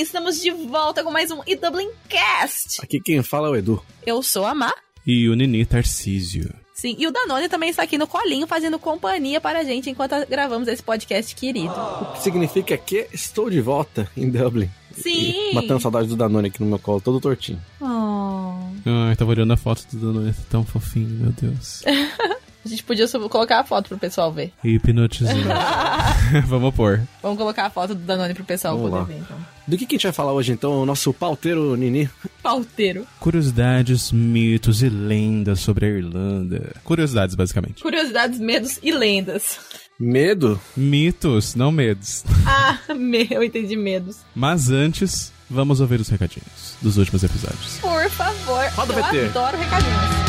Estamos de volta com mais um E Dublin Cast. Aqui quem fala é o Edu. Eu sou a Má. E o Nini Tarcísio. Sim, e o Danone também está aqui no colinho fazendo companhia para a gente enquanto gravamos esse podcast querido. O que significa que estou de volta em Dublin. Sim! E matando saudade do Danone aqui no meu colo, todo tortinho. Oh. Ah, eu tava olhando a foto do Danone, tá tão fofinho, meu Deus. A gente podia só colocar a foto pro pessoal ver. E hipnotizou. Vamos pôr. Vamos colocar a foto do Danone pro pessoal Vamos poder lá. ver, então. Do que, que a gente vai falar hoje então? O nosso pauteiro Nini. Pauteiro. Curiosidades, mitos e lendas sobre a Irlanda. Curiosidades, basicamente. Curiosidades, medos e lendas. Medo? Mitos, não medos. Ah, me- eu entendi medos. Mas antes, vamos ouvir os recadinhos dos últimos episódios. Por favor. Roda o eu VT. adoro recadinhos.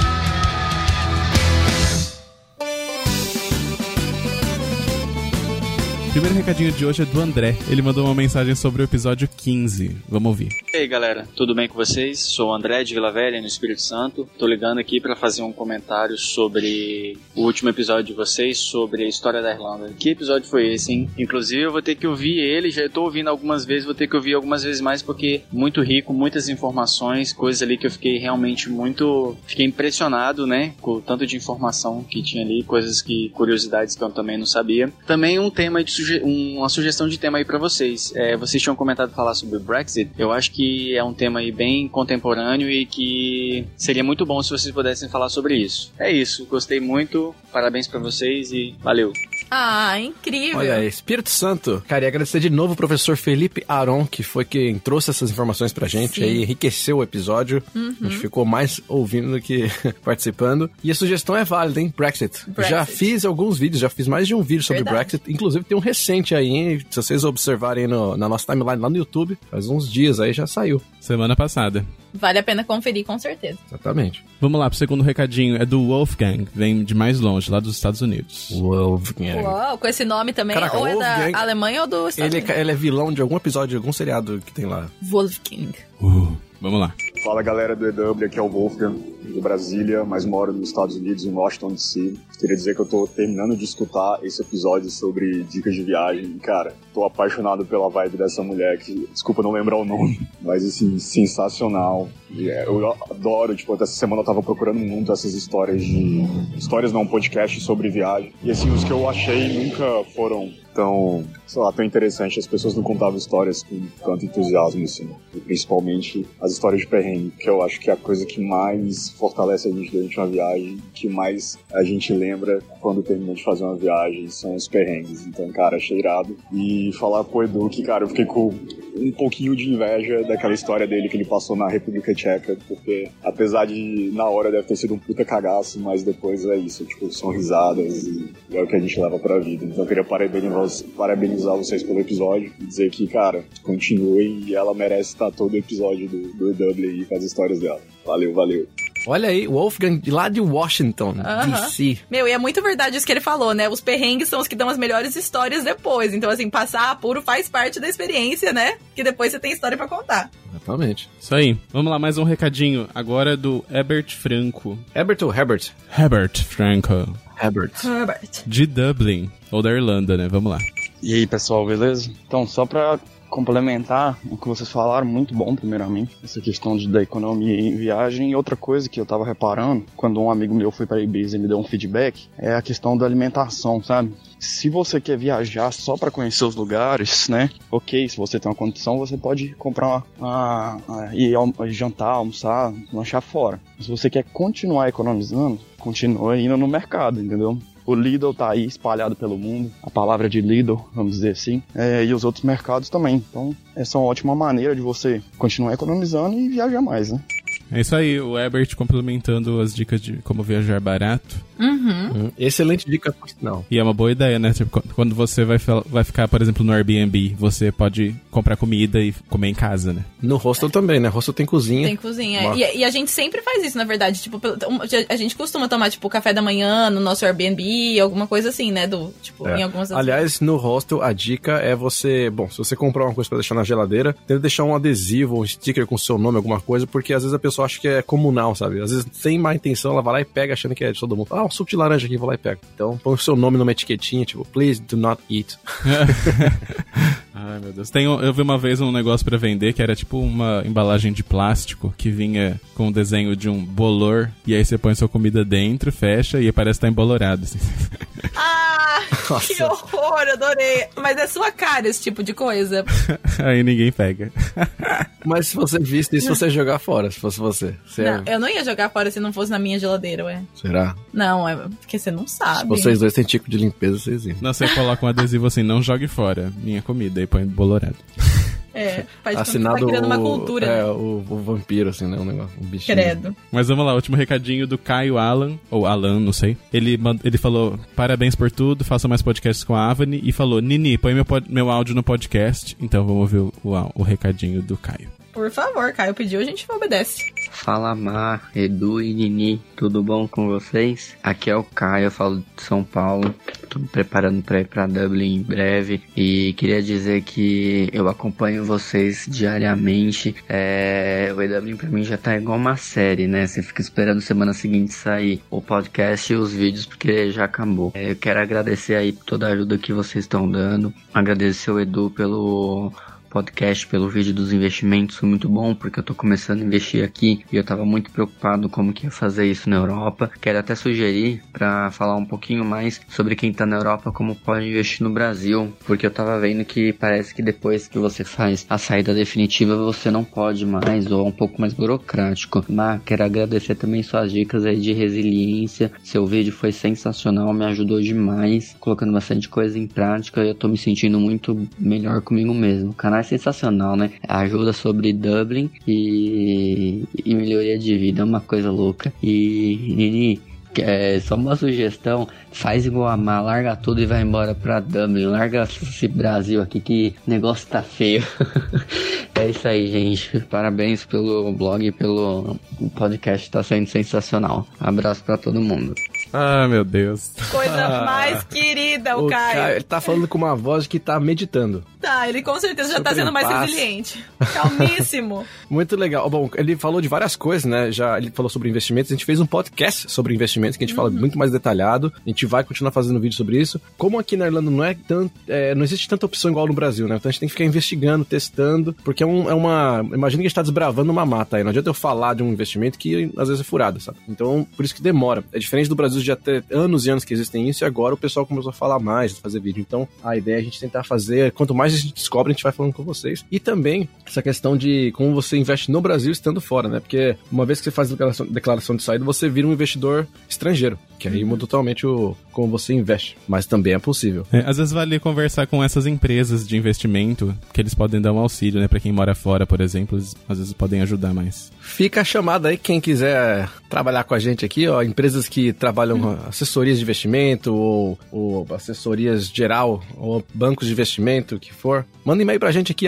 O primeiro recadinho de hoje é do André. Ele mandou uma mensagem sobre o episódio 15. Vamos ouvir. E aí galera, tudo bem com vocês? Sou o André de Vila Velha, no Espírito Santo. Tô ligando aqui para fazer um comentário sobre o último episódio de vocês, sobre a história da Irlanda. Que episódio foi esse, hein? Inclusive, eu vou ter que ouvir ele, já tô ouvindo algumas vezes, vou ter que ouvir algumas vezes mais, porque muito rico, muitas informações, coisas ali que eu fiquei realmente muito. Fiquei impressionado, né? Com o tanto de informação que tinha ali, coisas que. curiosidades que eu também não sabia. Também um tema de suge- uma sugestão de tema aí para vocês. É, vocês tinham comentado falar sobre o Brexit. Eu acho que é um tema aí bem contemporâneo e que seria muito bom se vocês pudessem falar sobre isso. É isso, gostei muito. Parabéns para vocês e valeu. Ah, incrível. Olha aí, Espírito Santo. Cara, e agradecer de novo o professor Felipe Aron, que foi quem trouxe essas informações pra gente, Sim. Uhum. aí enriqueceu o episódio. A gente ficou mais ouvindo do que participando. E a sugestão é válida, hein? Brexit. Brexit. Já fiz alguns vídeos, já fiz mais de um vídeo sobre Verdade. Brexit. Inclusive tem um recente aí, hein? Se vocês observarem no- na nossa timeline lá no YouTube, faz uns dias aí já saiu. Semana passada. Vale a pena conferir, com certeza. Exatamente. Vamos lá, pro segundo recadinho. É do Wolfgang. Vem de mais longe, lá dos Estados Unidos. Wolfgang. Uau, com esse nome também. Caraca, ou é da Wolfgang. Alemanha ou do Estados Ele, é Unidos. ca- ele é vilão de algum episódio, de algum seriado que tem lá. Wolfgang. Uh, vamos lá. Fala galera do EW, aqui é o Wolfgang, de Brasília, mas moro nos Estados Unidos, em Washington DC. Queria dizer que eu tô terminando de escutar esse episódio sobre dicas de viagem. E, Cara, tô apaixonado pela vibe dessa mulher, que desculpa não lembrar o nome, mas assim, sensacional. E, é, eu adoro, tipo, essa semana eu tava procurando muito essas histórias de. Histórias não, podcast sobre viagem. E assim, os que eu achei nunca foram tão, sei lá, tão interessante. As pessoas não contavam histórias com tanto entusiasmo, assim. E principalmente as histórias de perrengue, que eu acho que é a coisa que mais fortalece a gente durante uma viagem, que mais a gente lembra quando termina de fazer uma viagem, são os perrengues. Então, cara, achei irado. E falar com o Edu, que, cara, eu fiquei com um pouquinho de inveja daquela história dele que ele passou na República Tcheca, porque apesar de na hora deve ter sido um puta cagaço, mas depois é isso, tipo, são risadas e é o que a gente leva pra vida. Então eu queria parabenizar, vo- parabenizar vocês pelo episódio e dizer que, cara, continuem e ela merece estar todo episódio do, do EW aí com as histórias dela. Valeu, valeu. Olha aí, Wolfgang de lá de Washington, Aham. DC. Meu, e é muito verdade isso que ele falou, né? Os perrengues são os que dão as melhores histórias depois. Então, assim, passar apuro faz parte da experiência, né? Que depois você tem história pra contar. Exatamente. Isso aí. Vamos lá, mais um recadinho. Agora é do Herbert Franco. Herbert ou Herbert? Herbert Franco. Herbert. Herbert. De Dublin. Ou da Irlanda, né? Vamos lá. E aí, pessoal, beleza? Então, só pra complementar o que vocês falaram, muito bom, primeiramente, essa questão de, da economia em viagem. E outra coisa que eu tava reparando, quando um amigo meu foi pra Ibiza e me deu um feedback, é a questão da alimentação, sabe? Se você quer viajar só pra conhecer os lugares, né? Ok, se você tem uma condição, você pode comprar uma, uma, e ir alm- jantar, almoçar, lanchar fora. Mas se você quer continuar economizando, continua indo no mercado, entendeu? O Lidl tá aí espalhado pelo mundo, a palavra de Lidl, vamos dizer assim, é, e os outros mercados também. Então, essa é uma ótima maneira de você continuar economizando e viajar mais, né? É isso aí, o Herbert complementando as dicas de como viajar barato. Uhum. Hum, Excelente dica por sinal. E é uma boa ideia, né? Tipo, quando- quando você vai, fel- vai ficar, por exemplo, no Airbnb, você pode comprar comida e comer em casa, né? No hostel também, né? Hostel tem cozinha. É. Tem cozinha. Bora. E, e a gente sempre faz isso, na verdade. Tipo, pelo- um- a gente costuma tomar, tipo, café da manhã no nosso Airbnb, alguma coisa assim, né? Do, tipo, É. em algumas... Aliás, no hostel, a dica é você. Bom, se você comprar uma coisa pra deixar na geladeira, tenta deixar um adesivo, um sticker com seu nome, alguma coisa, porque às vezes a pessoa acha que é comunal, sabe? Às vezes, sem má intenção, ela vai lá e pega, achando que é de todo mundo. Ah, um suco de laranja aqui, vou lá e pego. Então, põe o seu nome numa etiquetinha, tipo, please do not eat. Ai, meu Deus. Tem, um- eu vi uma vez um negócio pra vender que era tipo uma embalagem de plástico que vinha com o desenho de um bolor. E aí você põe sua comida dentro, fecha e parece que tá embolorado. assim. Ah, que Nossa. horror, adorei. Mas é sua cara esse tipo de coisa. aí ninguém pega. Mas se você visse isso, você ia jogar fora, se fosse você. Você ia- Não, eu não ia jogar fora se não fosse na minha geladeira, ué. Será? Não, é porque você não Se sabe. vocês dois têm tico de limpeza, vocês iam. Não, você coloca um adesivo assim, não jogue fora minha comida e põe embolorado. É, faz de conta que Assinado tá criando o, uma cultura, é, né? o, o vampiro, assim, né? Um negócio, um bichinho. Credo. Mas vamos lá, último recadinho do Caio Alan, ou Alan, não sei. Ele, mand- ele falou: parabéns por tudo, faça mais podcasts com a Avani. E falou: Nini, põe meu, pod- meu áudio no podcast. Então vamos ouvir o, o au- o recadinho do Caio. Por favor, Caio pediu, a gente obedece. Fala Mar, Edu e Nini, tudo bom com vocês? Aqui é o Caio, eu falo de São Paulo. Tô me preparando pra ir pra Dublin em breve e queria dizer que eu acompanho vocês diariamente. É, o EW pra mim já tá igual uma série, né? Você fica esperando semana seguinte sair o podcast e os vídeos porque já acabou. É, eu quero agradecer aí toda a ajuda que vocês estão dando, agradecer o Edu pelo podcast pelo vídeo dos investimentos foi muito bom porque eu tô começando a investir aqui e eu tava muito preocupado como que ia fazer isso na Europa. Quero até sugerir para falar um pouquinho mais sobre quem tá na Europa como pode investir no Brasil, porque eu tava vendo que parece que depois que você faz a saída definitiva você não pode mais ou é um pouco mais burocrático. Mas quero agradecer também suas dicas aí de resiliência. Seu vídeo foi sensacional, me ajudou demais, colocando bastante coisa em prática e eu tô me sentindo muito melhor comigo mesmo. O canal é sensacional, né? Ajuda sobre Dublin e, e melhoria de vida, é uma coisa louca. E Nini, é, só uma sugestão, faz igual a Mar, larga tudo e vai embora pra Dublin, larga esse Brasil aqui que negócio tá feio. é isso aí, gente. Parabéns pelo blog, e pelo podcast, tá sendo sensacional. Abraço pra todo mundo. Ah, meu Deus. Coisa Ah. mais querida, É o, Caio. ele tá falando com uma voz que tá meditando. Tá, ele com certeza já Super tá sendo em mais paz. resiliente. Calmíssimo. Muito legal. Bom, ele falou de várias coisas, né? Já ele falou sobre investimentos. A gente fez um podcast sobre investimentos que a gente Uhum. fala muito mais detalhado. A gente vai continuar fazendo vídeo sobre isso. Como aqui na Irlanda não é tanto, é, não existe tanta opção igual no Brasil, né? Então a gente tem que ficar investigando, testando, porque é, um- é uma. Imagina que a gente tá desbravando uma mata aí. Não adianta eu falar de um investimento que às vezes é furado, sabe? Então por isso que demora. É diferente do Brasil já ter anos e anos que existem isso e agora o pessoal começou a falar mais, fazer vídeo. Então a ideia é a gente tentar fazer. Quanto mais a gente descobre, a gente vai falando com vocês. E também essa questão de como você investe no Brasil estando fora, né? Porque uma vez que você faz declaração, declaração de saída, você vira um investidor estrangeiro, que aí muda totalmente o como você investe. Mas também é possível. É, às vezes vale conversar com essas empresas de investimento, que eles podem dar um auxílio, né? Pra quem mora fora, por exemplo, eles, às vezes podem ajudar mais. Fica a chamada aí, quem quiser trabalhar com a gente aqui, ó, empresas que trabalham com assessorias de investimento ou, ou assessorias geral ou bancos de investimento, o que for. Manda e-mail pra gente aqui,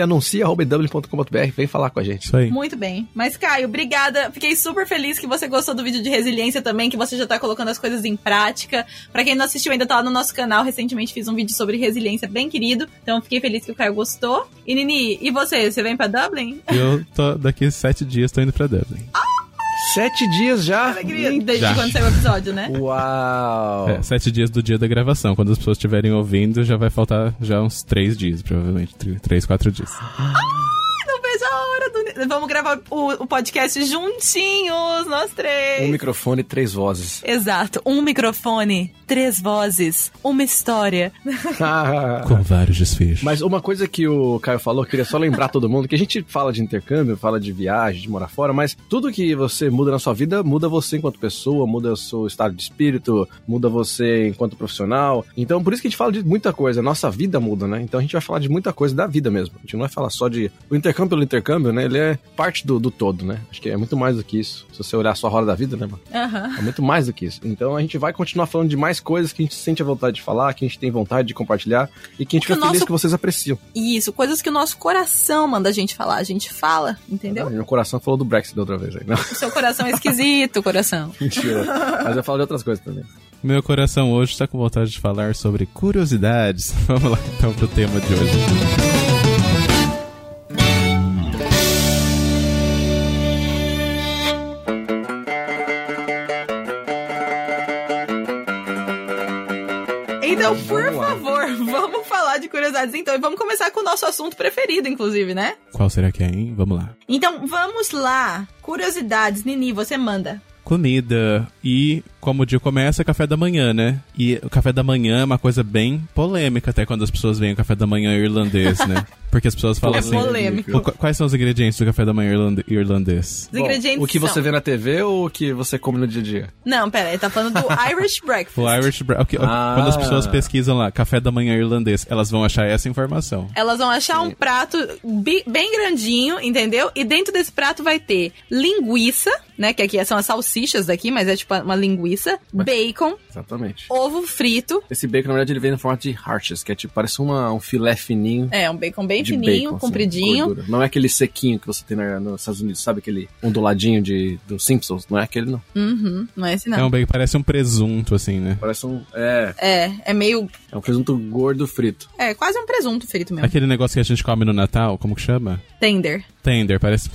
anuncia.com.br, vem falar com a gente. Isso aí. Muito bem. Mas, Caio, obrigada. Fiquei super feliz que você gostou do vídeo de resiliência também, que você já tá colocando as coisas em prática. Pra quem não assistiu ainda, tá lá no nosso canal. Recentemente fiz um vídeo sobre resiliência bem querido. Então, fiquei feliz que o Caio gostou. E, Nini, e você? Você vem pra Dublin? E eu tô, daqui sete dias tô indo pra Dublin. Sete dias já. Desde Já. quando saiu o episódio, né? Uau! É, sete dias do dia da gravação. Quando as pessoas estiverem ouvindo, já vai faltar já uns três dias, provavelmente. Tr- Três, quatro dias. Não vejo a hora do... Vamos gravar o, o podcast juntinhos, nós três. Um microfone e três vozes. Exato. Um microfone, três vozes, uma história. Com vários desfechos. Mas uma coisa que o Caio falou, eu queria só lembrar todo mundo, que a gente fala de intercâmbio, fala de viagem, de morar fora, mas tudo que você muda na sua vida, muda você enquanto pessoa, muda o seu estado de espírito, muda você enquanto profissional. Então, por isso que a gente fala de muita coisa. Nossa vida muda, né? Então, a gente vai falar de muita coisa da vida mesmo. A gente não vai falar só de... O intercâmbio pelo intercâmbio, né? Ele é parte do, do todo, né? Acho que é muito mais do que isso. Se você olhar só a roda da vida, né, mano? Aham. É muito mais do que isso. Então a gente vai continuar falando de mais coisas que a gente sente a vontade de falar, que a gente tem vontade de compartilhar e que a gente Porque fica o feliz nosso- que vocês apreciam. Isso, coisas que o nosso coração manda a gente falar. A gente fala, entendeu? Meu coração falou do Brexit da outra vez aí. Não, O seu coração é esquisito, coração. mentira. Mas eu falo de outras coisas também. Meu coração hoje tá com vontade de falar sobre curiosidades. Vamos lá então pro tema de hoje. Então, por Vamos lá. Então, favor, vamos falar falar de curiosidades então e vamos começar com o nosso assunto preferido, inclusive, né? Qual será que é, hein? Vamos lá. Então vamos lá. Curiosidades, Nini, você manda. comida. E como o dia começa, é café da manhã, né? E o café da manhã é uma coisa bem polêmica, até quando as pessoas veem o café da manhã irlandês, né? Porque as pessoas falam É assim. polêmico. "Qu- Quais são os ingredientes do café da manhã irlande- irlandês? Os ingredientes o que você são... vê na TV ou o que você come no dia a dia? Não, pera, ele tá falando do Irish Breakfast. O Irish Bra- o que- o- Ah. Quando as pessoas pesquisam lá, café da manhã irlandês, elas vão achar essa informação. Elas vão achar um prato bi- bem grandinho, entendeu? E dentro desse prato vai ter linguiça, né? Que aqui são as salsichas daqui, mas é tipo uma linguiça. Bacon, Exatamente. ovo frito. Esse bacon, na verdade, ele vem no formato de hearts, que é tipo, parece uma, um filé fininho. É, um bacon bem de fininho, bacon, assim, compridinho. gordura. não é aquele sequinho que você tem na- nos Estados Unidos, sabe? Aquele onduladinho de, dos Simpsons. Não é aquele, não. Uhum, não é esse não. É um bem parece um presunto, assim, né? Parece um. É, É, é meio. é um presunto gordo frito. É quase um presunto frito mesmo. Aquele negócio que a gente come no Natal, como que chama? Tender. Tender, parece.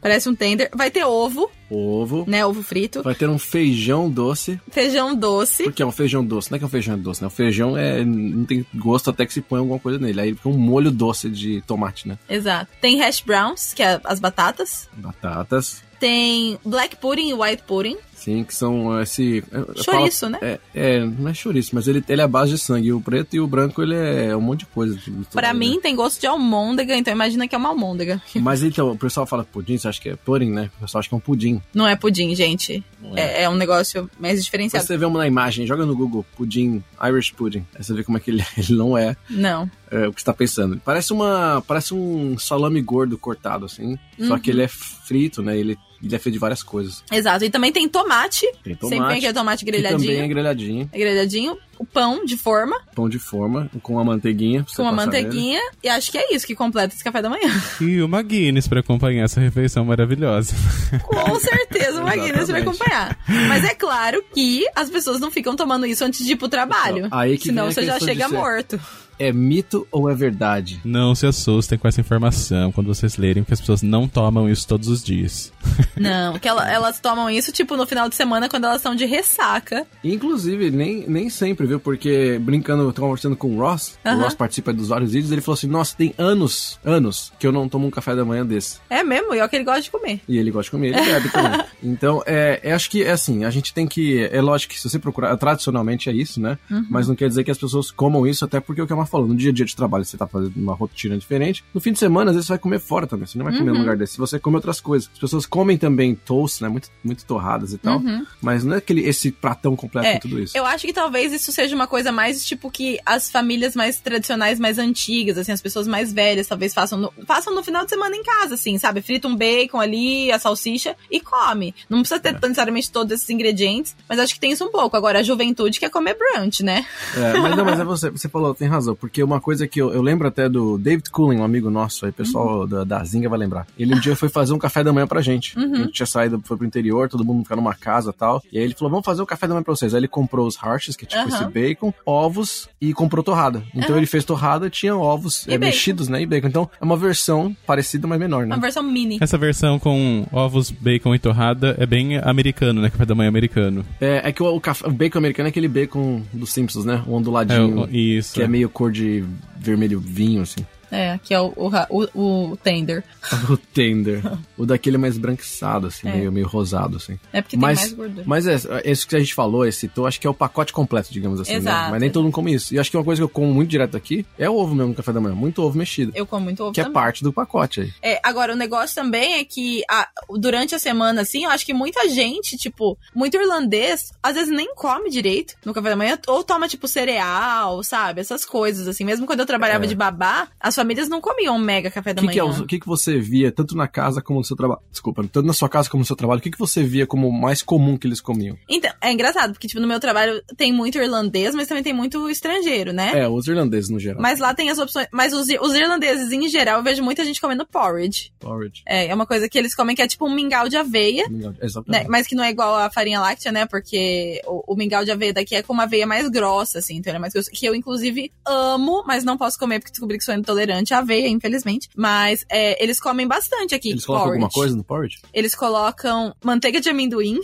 Parece um tender. Vai ter ovo, Ovo. né? Ovo frito. Vai ter um feijão doce. Feijão doce. Porque é um feijão doce. Não é que é um feijão doce, né? O feijão é, não tem gosto até que se põe alguma coisa nele. Aí fica um molho doce de tomate, né? Exato. Tem hash browns, que é as batatas. Batatas. Tem black pudding e white pudding. Sim, que são esse. eu- eu falo- Chouriço, né? É, é, não é chouriço, mas ele, ele é a base de sangue. E O preto e o branco, ele é um monte de coisa. de misturado, Pra né? mim tem gosto de almôndega, então imagina que é uma almôndega. Mas então, o pessoal fala pudim, você acha que é pudding, né? O pessoal acha que é um pudim. Não é pudim, gente. Não é. É, é um negócio mais diferenciado. Você vê uma na imagem, joga no Google, pudim, Irish pudding. Aí você vê como é que ele, ele não é, Não. é, o que você tá pensando. Parece uma. Parece um salame gordo cortado, assim. Só Uhum. que ele é frito, né? Ele, ele é feito de várias coisas. Exato. E também tem tomate. Tem Sempre vem tomate. aquele tomate que também é grelhadinho. grelhadinho, É grelhadinho. O pão de forma, pão de forma, com uma manteiguinha. pra você com uma passar nele. manteiguinha. E acho que é isso que completa esse café da manhã. E uma Guinness pra acompanhar essa refeição maravilhosa. Com certeza o Guinness vai Exatamente. acompanhar. Mas é claro que as pessoas não ficam tomando isso antes de ir pro trabalho. Então, aí que Senão vem a você já questão de chega ser- morto. É mito ou é verdade? Não se assustem com essa informação quando vocês lerem, porque as pessoas não tomam isso todos os dias. Não, que ela- elas tomam isso, tipo, no final de semana, quando elas estão de ressaca. Inclusive, nem, nem sempre, viu? Porque brincando, eu tava conversando com o Ross, o Aham. Ross participa dos vários vídeos, ele falou assim: Nossa, tem anos, anos que eu não tomo um café da manhã desse. É mesmo, e é o que ele gosta de comer. E ele gosta de comer, ele bebe também. Então, é, é, acho que é assim, a gente tem que. É lógico que se você procurar, tradicionalmente é isso, né? Mas não quer dizer que as pessoas comam isso, até porque é o que a Mar falou, no dia a dia de trabalho você tá fazendo uma rotina diferente. No fim de semana, às vezes você vai comer fora também. Você não vai comer num lugar desse, você come outras coisas. As pessoas comem também toast, né? Muito, muito torradas e tal. Mas não é aquele, esse pratão completo Uhum. É, com tudo isso. Eu acho que talvez isso seja uma coisa mais tipo que as famílias mais tradicionais, mais antigas, assim, as pessoas mais velhas, talvez façam no, façam no final de semana em casa, assim, sabe? Frita um bacon ali, a salsicha e come. Não precisa É. ter necessariamente todos esses ingredientes, mas acho que tem isso um pouco. Agora, a juventude quer comer brunch, né? É, mas não, mas é você, você falou, tem razão, porque uma coisa que eu, eu lembro até do David Cullen, um amigo nosso, aí o pessoal Uhum. da, da Zinga vai lembrar. Ele um dia foi fazer um café da manhã pra gente. Uhum. A gente tinha saído, foi pro interior, todo mundo ficar numa casa e tal. E aí ele falou, vamos fazer um café da manhã pra vocês. Aí ele comprou os hearts, que é tipo Aham. esse bacon, ovos e comprou torrada. Então ele fez torrada, tinha ovos E eh, bacon. mexidos, né, e bacon. Então é uma versão parecida, mas menor, né? É Uma versão mini. Essa versão com ovos, bacon e torrada é bem americano, né? Café da manhã americano. É, é que o, o café- o bacon americano é aquele bacon dos Simpsons, né? O É, onduladinho, o- isso. que é meio cor de vermelho vinho, assim. É, que é o, o, ra- o, o tender. O tender. O daquele é mais branquiçado, assim, É. meio, meio rosado, assim. É porque Mas- tem mais gordura. Mas é, isso que a gente falou, esse tô, acho que é o pacote completo, digamos assim, né? Exato. Mas nem todo mundo come isso. E acho que uma coisa que eu como muito direto aqui é o ovo mesmo no café da manhã. Muito ovo mexido. Eu como muito ovo que é também. parte do pacote aí. É, agora, o negócio também é que a- durante a semana, assim, eu acho que muita gente, tipo, muito irlandês, às vezes nem come direito no café da manhã, ou toma, tipo, cereal, sabe? Essas coisas, assim. Mesmo quando eu trabalhava É. de babá, as famílias não comiam um mega café O da que, manhã. que é o o que, que você via, tanto na casa como no seu trabalho? Desculpa, tanto na sua casa como no seu trabalho, o que, que você via como o mais comum que eles comiam? Então, é engraçado, porque, tipo, no meu trabalho tem muito irlandês, mas também tem muito estrangeiro, né? É, os irlandeses no geral. Mas lá tem as opções. Mas os, os irlandeses, em geral, eu vejo muita gente comendo porridge. Porridge. É, é uma coisa que eles comem que é tipo um mingau de aveia. mingau de- né? Exatamente. Mas que não é igual a farinha láctea, né? Porque o, o mingau de aveia daqui é com uma aveia mais grossa, assim, então ele é mais grosso. Que eu, inclusive, amo, mas não posso comer porque descobri que sou intolerante à aveia, infelizmente. Mas é, eles comem bastante aqui. Eles colocam porridge. alguma coisa no porridge? Eles colocam manteiga de amendoim.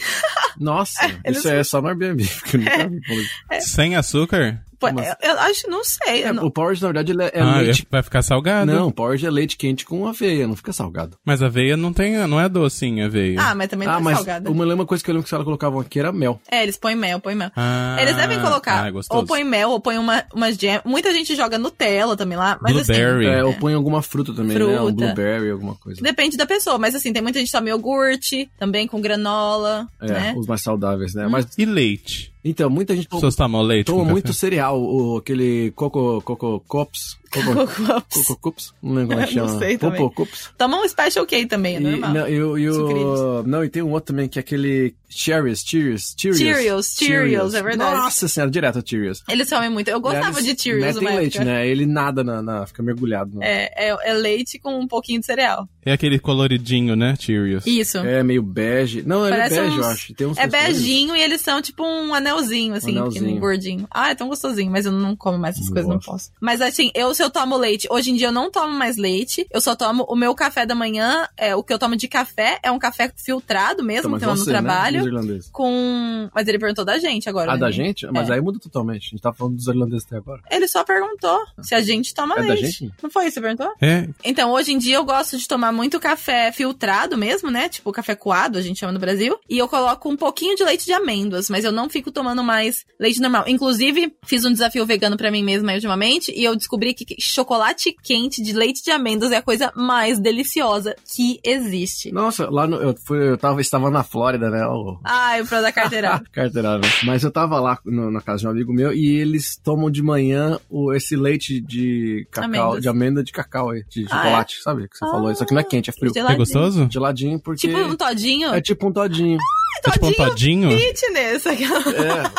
Nossa, eles- isso é só no Airbnb, porque eu nunca vi porridge. Sem açúcar? Pô, Mas- eu, eu acho, não sei. assim? É, eu não- o porridge, na verdade, ele é, é ah, leite. vai ficar salgado. Não, porridge é leite quente com aveia, não fica salgado. Mas aveia não tem, não é docinha, aveia. Ah, mas também não ah, é mas salgada. uma, uma coisa que eu lembro que os caras colocavam aqui era mel. É, eles põem mel, põem mel. Ah, Eles devem colocar, é Ah, gostoso. ou põe mel, ou põe uma, umas jam. Muita gente joga Nutella também lá, mas Blueberry. assim... É, ou põe alguma fruta também, né? Um Fruta. blueberry, alguma coisa. Depende da pessoa, mas assim, tem muita gente que toma iogurte, também com granola, É, né? os mais saudáveis, né? Mas, E leite. então, muita gente Se toma, você tomar o leite toma com muito café? cereal, o, aquele coco, coco cops, coco, coco cups, não lembro como é que Não chama. sei também. Popo cups. Toma um special K também, é E, normal. não, e, o- e o, Sucrilhos. não, e tem um outro também que é aquele Cheerios, Cheerios, Cheerios. Cheerios, Cheerios, é verdade. Nossa senhora, direto Cheerios. Eles comem muito. Eu gostava Eles de Cheerios Metem uma leite, época. né? Ele nada na, na- fica mergulhado. no- É, é, é leite com um pouquinho de cereal. É aquele coloridinho, né? Cheerios. Isso. É, É, meio bege. Não, ele é Parece bege, uns- eu acho. Tem uns beijinho e eles são tipo um anelzinho, assim, Anelzinho. pequenininho, gordinho. Ah, é tão gostosinho, mas eu não como mais essas Não coisas, não gosto. posso. Mas assim, eu se eu tomo leite, hoje em dia eu não tomo mais leite, eu só tomo o meu café da manhã, é, o que eu tomo de café é um café filtrado Então, mesmo, que mas tem lá no você, né, trabalho. dos irlandeses. Com. Mas ele perguntou da gente agora. Ah, né, da gente? Mas É. aí muda totalmente. A gente tá falando dos irlandeses até agora. Ele só perguntou se a gente toma É da leite. gente? Não foi isso que você perguntou? É, Então, hoje em dia eu gosto de tomar muito café filtrado mesmo, né? Tipo café coado, a gente chama no Brasil. E eu coloco um pouquinho de leite de amêndoas, mas eu não fico tomando mais leite normal. Inclusive, fiz um desafio vegano pra mim mesma aí ultimamente e eu descobri que chocolate quente de leite de amêndoas é a coisa mais deliciosa que existe. Nossa, lá no, eu, fui, eu tava, estava na Flórida, né? O... Ai, o pro da carteira. Carteirada. Mas eu tava lá no- na casa de um amigo meu e eles tomam de manhã o, esse leite de cacau, Amêndoas. de amênda de cacau, aí, de Ah, chocolate, sabe? Que você Ah, falou. Isso aqui não é quente, é frio. é gostoso? Geladinho, porque Tipo um todinho. é tipo um todinho. É tipo um todinho? fitness. aquela- é,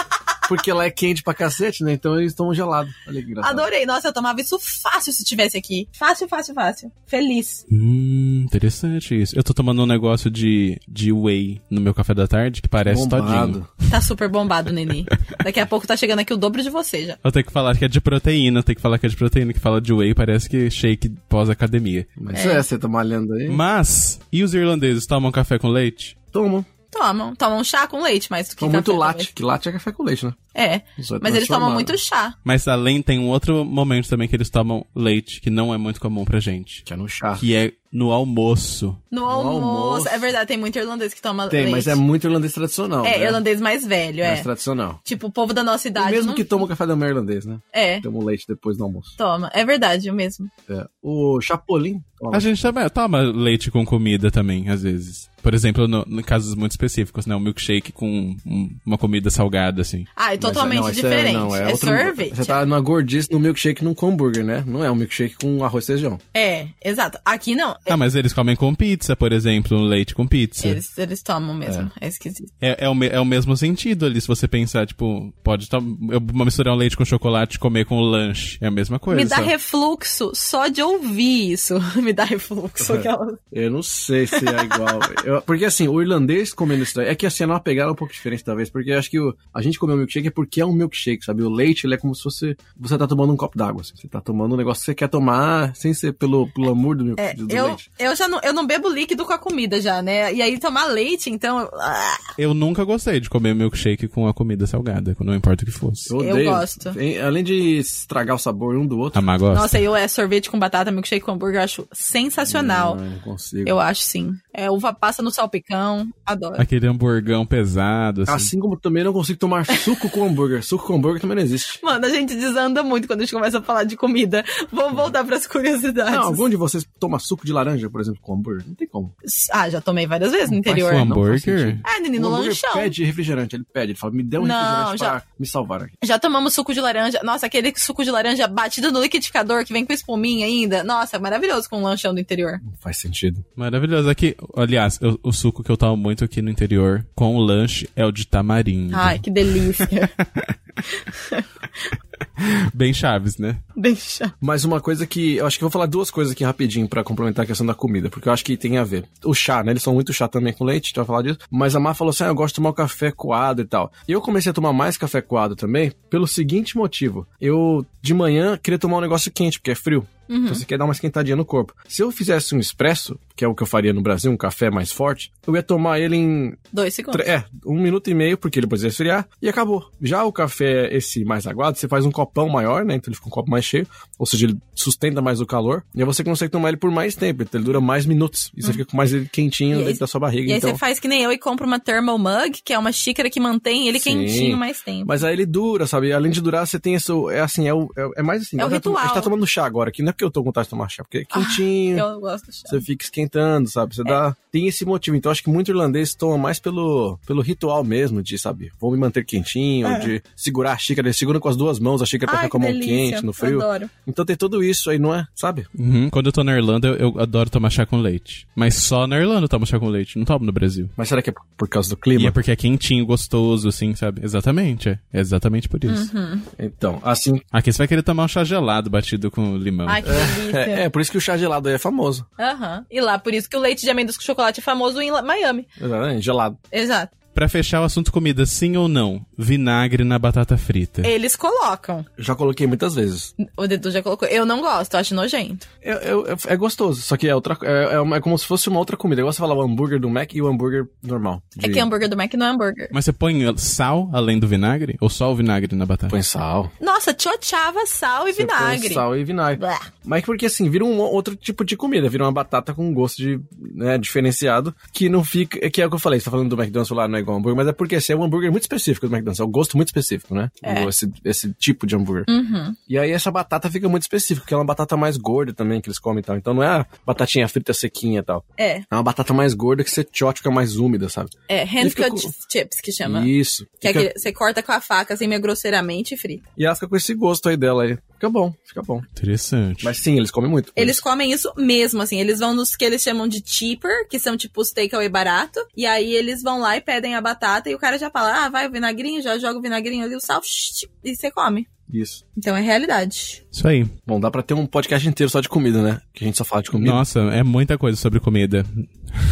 porque lá é quente pra cacete, né? Então eles tomam gelado. Olha que engraçado. Adorei. Nossa, eu tomava isso fácil se tivesse aqui. Fácil, fácil, fácil. Feliz. Hum, interessante isso. Eu tô tomando um negócio de, de whey no meu café da tarde, que parece todinho. Bombado. Tá super bombado, Nenê. Daqui a pouco tá chegando aqui o dobro de você já. Eu tenho que falar que é de proteína, eu tenho que falar que é de proteína, que fala de whey, parece que shake pós-academia. Mas é. você tá malhando aí? Mas, e os irlandeses tomam café com leite? Tomam. Tomam. Tomam um chá com leite, mas do que Tomam muito café, latte, talvez. que latte é café com leite, né? É, Isso é mas eles tomam transformado. muito chá. Mas além tem um outro momento também que eles tomam leite, que não é muito comum pra gente. Que é no chá. Que é no almoço. No, almoço. almoço. É verdade, tem muito irlandês que toma Tem, leite. mas é muito irlandês tradicional. É, né? irlandês mais velho, Mais é. tradicional. Tipo, o povo da nossa O idade. mesmo não- que toma o café da manhã irlandês, né? É, Toma o leite depois do almoço. toma. É verdade, o mesmo. É. O Chapolin. toma. A gente também toma leite com comida também, às vezes. Por exemplo, no, em casos muito específicos, né? Um milkshake com um- uma comida salgada, assim. Ah, é Mas é- totalmente não, isso é- diferente. É, não, outro- sorvete. Você tá numa gordice no milkshake num hambúrguer, né? Não é um milkshake com arroz e feijão. É, exato. Aqui não. Tá Ah, mas eles comem com pizza, por exemplo, um leite com pizza. Eles, eles tomam mesmo. É, esquisito. É, é o, me- é o mesmo sentido ali, se você pensar, tipo, pode tom- eu misturar um leite com chocolate e comer com lanche. É a mesma coisa. Me dá só. refluxo só de ouvir isso. Me dá refluxo. É. aquela- Eu não sei se é igual. Eu- porque assim, o irlandês comendo isso daí. É que assim, a nossa pegada é um pouco diferente, talvez. Porque eu acho que o- a gente comeu milkshake é porque é um milkshake, sabe? O leite, ele é como se fosse. Você tá tomando um copo d'água. Assim. Você tá tomando um negócio que você quer tomar sem ser pelo, pelo amor do, milk, É, do eu, leite. eu já não, eu não bebo líquido com a comida já, né? E aí tomar leite, então. eu- ah, Eu nunca gostei de comer milkshake com a comida salgada, não importa o que fosse. Eu eu odeio. gosto. Em- Além de estragar o sabor um do outro. A Má gosta. nossa, eu é sorvete com batata, milkshake com hambúrguer, eu acho sensacional. Não, eu não consigo. Eu acho sim. É, uva passa no salpicão, adoro. Aquele hamburgão pesado, assim. Assim como também não consigo tomar suco com hambúrguer. Suco com hambúrguer também não existe. Mano, a gente desanda muito quando a gente começa a falar de comida. Vamos voltar pras curiosidades. Não, algum de vocês toma suco de laranja, por exemplo, com hambúrguer? Não tem como. Ah, já tomei várias vezes no interior. Mas com não faz hambúrguer? sentido. Ah, O menino, no hambúrguer lanchão. pede refrigerante, ele pede, ele fala, me dê um Não, refrigerante já- pra me salvar aqui. Já tomamos suco de laranja. Nossa, aquele suco de laranja batido no liquidificador que vem com espuminha ainda. Nossa, é maravilhoso com o lanchão do interior. Não faz sentido. Maravilhoso. Aqui, aliás, eu- o suco que eu tomo muito aqui no interior com o lanche é o de Uhum. tamarindo. Ai, que delícia. Bem chaves, né? Deixa. Mas uma coisa que. Eu acho que eu vou falar duas coisas aqui rapidinho pra complementar a questão da comida, porque eu acho que tem a ver. O chá, né? Eles são muito chá também com leite, a gente vai falar disso. Mas a Má falou assim: ah, eu gosto de tomar o café coado e tal. E eu comecei a tomar mais café coado também pelo seguinte motivo. Eu, de manhã, queria tomar um negócio quente, porque é frio. Uhum. Então você quer dar uma esquentadinha no corpo. Se eu fizesse um expresso, que é o que eu faria no Brasil, um café mais forte, eu ia tomar ele em Dois segundos. Tre- É, um minuto e meio, porque ele pode esfriar, e acabou. Já o café, esse mais aguado, você faz um copão maior, né? Então ele fica um copo mais cheio, ou seja, ele sustenta mais o calor, e aí você consegue tomar ele por mais tempo, então ele dura mais minutos, e você fica com mais ele quentinho Hum. E aí- dentro da sua barriga. E aí então... você faz que nem eu e compra uma thermal mug, que é uma xícara que mantém ele Sim. quentinho mais tempo. Mas aí ele dura, sabe? Além de durar, você tem esse. É assim, é, o- é- é mais assim. É o nós já tom- A gente tá ritual. tomando chá agora aqui, não é porque eu tô com vontade de tomar chá, porque é Ah, quentinho. Eu gosto do chá. Você fica esquentando, sabe? Você dá. Tem esse motivo. Então, acho que muito irlandês toma mais pelo, pelo ritual mesmo, de, sabe, vou me manter quentinho, de segurar a xícara, eles seguram com as duas mãos, a xícara pra É. Ai, ficar com a que mão delícia. quente, no frio. Adoro. Então tem tudo isso aí, não é? Sabe? Uhum, Quando eu tô na Irlanda, eu, eu adoro tomar chá com leite. Mas só na Irlanda eu tomo chá com leite, não tomo no Brasil. Mas será que é por causa do clima? E é porque é quentinho, gostoso, assim, sabe? Exatamente, é. É exatamente por isso. Uhum. Então, assim. Aqui você vai querer tomar um chá gelado batido com limão. Ai, que delícia. É, é, por isso que o chá gelado aí é famoso. Aham. E lá, por isso que o leite de amêndoas com chocolate é famoso em La- Miami. Exatamente, gelado. Exato. Pra fechar o assunto comida, sim ou não? Vinagre na batata frita. É. Eles colocam. Eu já coloquei muitas vezes. O Dedu já colocou. Eu não gosto, eu acho nojento. É, é- é- é gostoso, só que é outra. É, é uma- é como se fosse uma outra comida. Eu gosto de falar o hambúrguer do Mac e o hambúrguer normal. É de- que hambúrguer do Mac não é hambúrguer. Mas você põe sal além do vinagre? Ou só o vinagre na batata? Põe sal. Nossa, tchotchava sal e Você põe um vinagre. sal e vinagre. Blá. Mas porque assim, vira um outro tipo de comida, vira uma batata com um gosto de, né, diferenciado, que não fica, é que é o que eu falei, você tá falando do McDonald's lá, não é igual hambúrguer, mas é porque assim, é um hambúrguer muito específico do McDonald's, é um gosto muito específico, né? É. O- Esse, esse tipo de hambúrguer. Uhum. E aí essa batata fica muito específica, porque é uma batata mais gorda também que eles comem e tal. Então não é a batatinha frita sequinha e tal. É, É uma batata mais gorda que você tchota, fica mais úmida, sabe? é. Hand fica cut com- chips que chama. Isso. Que é Fica- aquele, você corta com a faca, assim, meio grosseiramente e frita. E ela fica com esse gosto aí dela aí. Fica bom, fica bom. Interessante. Mas sim, eles comem muito. Eles comem isso mesmo, assim. Eles vão nos que eles chamam de cheaper, que são tipo os takeaway barato. E aí eles vão lá e pedem a batata e o cara já fala, ah, vai o vinagrinho, já joga o vinagrinho ali, o sal, shh, e você come. Isso. Então é realidade. Isso aí. Bom, dá pra ter um podcast inteiro só de comida, né? Que a gente só fala de comida. Nossa, é muita coisa sobre comida.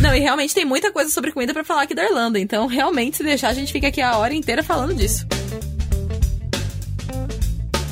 Não, e realmente tem muita coisa sobre comida pra falar aqui da Irlanda. Então, realmente, se deixar, a gente fica aqui a hora inteira falando disso.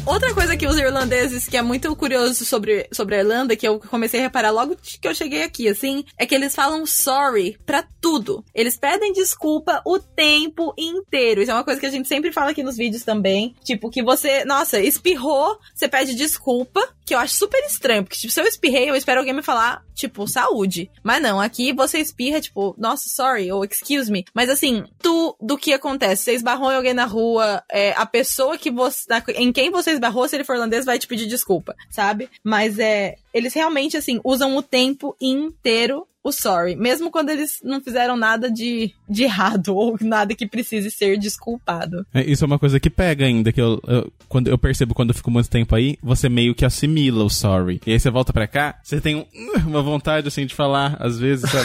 Outra coisa que os irlandeses, que é muito curioso sobre, sobre a Irlanda, que eu comecei a reparar logo que eu cheguei aqui, assim, é que eles falam sorry pra tudo. Eles pedem desculpa o tempo inteiro. Isso é uma coisa que a gente sempre fala aqui nos vídeos também. Tipo, que você, nossa, espirrou, você pede desculpa, que eu acho super estranho, porque tipo, se eu espirrei, eu espero alguém me falar, tipo, saúde. Mas não, aqui você espirra, tipo, nossa, sorry, ou excuse me. Mas assim, tudo que acontece, você esbarrou em alguém na rua, é, a pessoa que você, na- em quem você esbarrou, se ele for irlandês, vai te pedir desculpa, sabe? Mas é, eles realmente, assim, usam o tempo inteiro o sorry, mesmo quando eles não fizeram nada de, de errado ou nada que precise ser desculpado. É, isso é uma coisa que pega ainda, que eu, eu- quando, eu percebo quando eu fico muito tempo aí, você meio que assimila o sorry. E aí você volta pra cá, você tem um- uma vontade, assim, de falar, às vezes, sabe?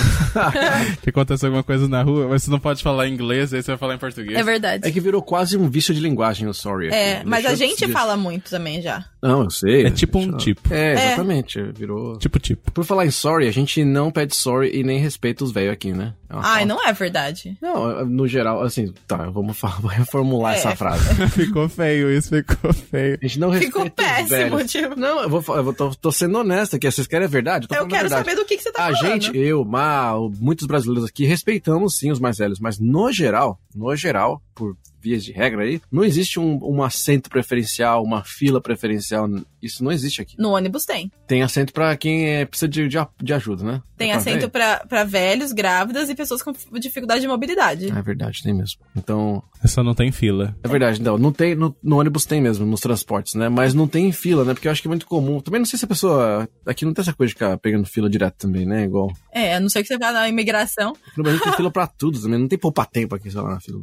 que acontece alguma coisa na rua, mas você não pode falar em inglês, aí você vai falar em português. É verdade. É que virou quase um vício de linguagem, o sorry. É, aqui. mas a Deixou de gente ser- fala muito também já. Não, eu sei. É tipo um Deixou- tipo. É, exatamente. Virou. Tipo, tipo. Por falar em sorry, a gente não pede sorry e nem respeita os velhos aqui, né? É uma Ai, falta- não é verdade. Não, no geral, assim, tá, vamos fa- vou reformular É. essa frase. ficou feio isso, ficou feio. A gente não Ficou respeita os péssimo, velhos. tipo. Não, eu vou, fa- eu vou- tô, tô sendo honesto aqui. Vocês querem a verdade? tô Eu falando a quero verdade. saber do que, que você tá a falando. gente, eu, Ma, o- muitos brasileiros aqui respeitamos sim os mais velhos, mas no geral, no geral, por vias de regra aí, não existe um, um assento preferencial, uma fila preferencial. Isso não existe aqui. No ônibus tem. Tem assento pra quem é, precisa de, de, a- de ajuda, né? Tem É pra assento velho? pra, pra velhos, grávidas e pessoas com dificuldade de mobilidade. É verdade, tem mesmo. Então, Só não tem fila. é verdade, então, não tem, no, no ônibus tem mesmo, nos transportes, né? Mas não tem fila, né? Porque eu acho que é muito comum. Também não sei se a pessoa, aqui não tem essa coisa de ficar pegando fila direto também, né? Igual, É, a não ser que você vá na imigração. no Brasil tem fila pra tudo também, não tem poupa tempo aqui, sei lá, na fila.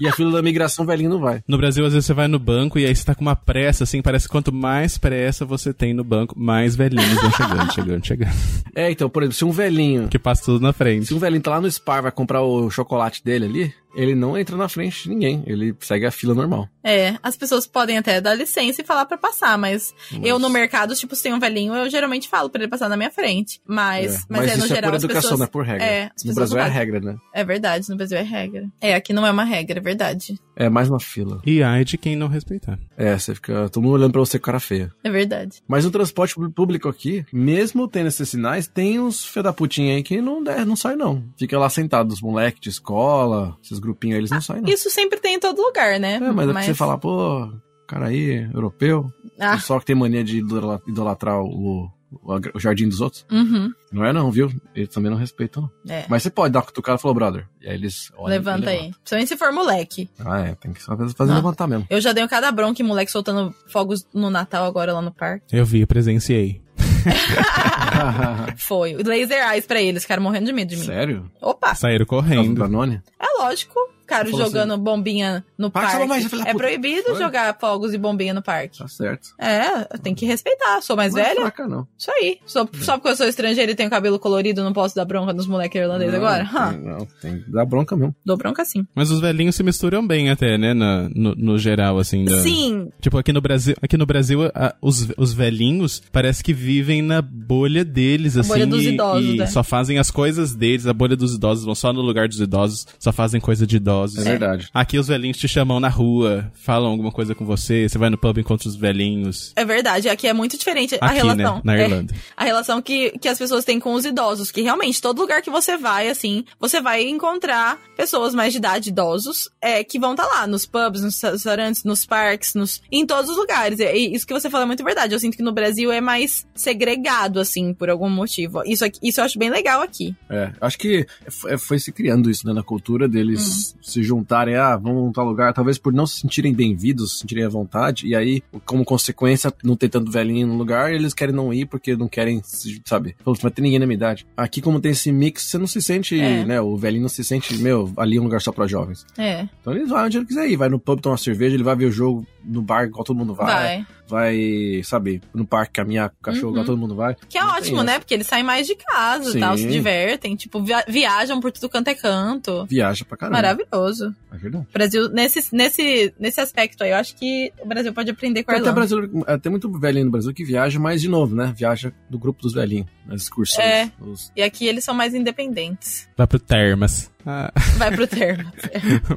E a fila da migração, velhinho não vai. No Brasil, às vezes você vai no banco e aí você tá com uma pressa, assim, parece que quanto mais pressa você tem no banco, mais velhinhos vão chegando, chegando, chegando. É, então, por exemplo, se um velhinho. Que passa tudo na frente. Se um velhinho tá lá no Spar, vai comprar o chocolate dele ali, ele não entra na frente de ninguém. Ele segue a fila normal. É, as pessoas podem até dar licença e falar pra passar, mas eu no mercado, tipo, se tem um velhinho, eu geralmente falo pra ele passar na minha frente. Mas é, mas é isso no geral por as educação, pessoas. não é por regra. É, as no pessoas Brasil é não- regra, né? É verdade, no Brasil é regra. É, aqui não é uma regra, é verdade. É mais uma fila. E ai de quem não respeitar. É, você fica todo mundo olhando pra você com cara feia. É verdade. Mas no transporte pú- público aqui, mesmo tendo esses sinais, tem uns fio da putinha aí que não, der, não sai não. Fica lá sentado, os moleques de escola, esses grupinhos aí, eles não saem não. Isso sempre tem em todo lugar, né? Hum. É, mas, é pra você falar, pô, cara aí, europeu, Ah. só que tem mania de idola- idolatrar o, o, agra- o jardim dos outros. Uhum. Não é não, viu? Eles também não respeitam não. É. Mas você pode dar uma cutucada e falar, brother. E aí eles olham. e Levanta aí. Principalmente se for moleque. Ah, é, tem que só fazer Ah. levantar mesmo. Eu já dei um cada bronca em moleque soltando fogos no Natal agora lá no parque. Eu vi, presenciei. Foi. Laser eyes pra eles, ficaram morrendo de medo de mim. Sério? Opa! Saíram Por causa do correndo. Danone? É lógico. Cara Falou assim. jogando bombinha no Para que você parque. não vai, filha da é puta. proibido Foi? jogar fogos e bombinha no parque. Tá certo. É, tem que respeitar. Sou mais Não é velha? fraca, não. Isso aí. Só, É. só porque eu sou estrangeira e tenho cabelo colorido, não posso dar bronca nos moleques irlandeses Não, agora? tem- Hã, Não, tem que dar bronca mesmo. dou bronca sim. Mas os velhinhos se misturam bem até, né? na- no, no geral, assim. da- Sim, Tipo, aqui no Brasil, aqui no Brasil a- os, os velhinhos parece que vivem na bolha deles, A assim. bolha dos e, idosos, e né? só fazem as coisas deles, a bolha dos idosos, vão só no lugar dos idosos, só fazem coisa de É idosos. verdade. Aqui os velhinhos te chamam na rua, falam alguma coisa com você, você vai no pub e encontra os velhinhos. é verdade. Aqui é muito diferente a Aqui, relação. né? Na É, Irlanda. a relação que, que as pessoas têm com os idosos. Que realmente, todo lugar que você vai, assim, você vai encontrar pessoas mais de idade, idosos, é, que vão estar lá, nos pubs, nos restaurantes, nos parques, nos, em todos os lugares. E- e isso que você fala é muito verdade. Eu sinto que no Brasil é mais segregado, assim, por algum motivo. Isso, aqui- isso eu acho bem legal aqui. É, acho que f- é, foi se criando isso, né, na cultura deles Uhum. se juntarem, ah, vamos montar lugar, talvez por não se sentirem bem-vindos, se sentirem à vontade, e aí, como consequência, não ter tanto velhinho no lugar, eles querem não ir porque não querem, se- sabe, Pô, não vai ter ninguém na minha idade. Aqui, como tem esse mix, você não se sente, É. né, o velhinho não se sente, meu, ali é um lugar só pra jovens. É, Então ele vai onde ele quiser ir, vai no pub tomar cerveja, ele vai ver o jogo no bar igual todo mundo vai, vai, vai. sabe, no parque caminhar com o cachorro Uhum. igual todo mundo vai. Que é Não tem ótimo, essa. né? Porque eles saem mais de casa Sim. e tal, se divertem, tipo, via- viajam por tudo quanto é canto. Viaja pra caramba. Maravilhoso. É verdade. O Brasil, nesse, nesse, nesse aspecto aí, eu acho que o Brasil pode aprender com a Tem até, Irlanda. brasileiro, é, tem muito velhinho no Brasil que viaja, mas de novo, né? Viaja do grupo dos velhinhos, nas excursões. É. os- E aqui eles são mais independentes. Vai pro Termas. Ah, Vai pro termo.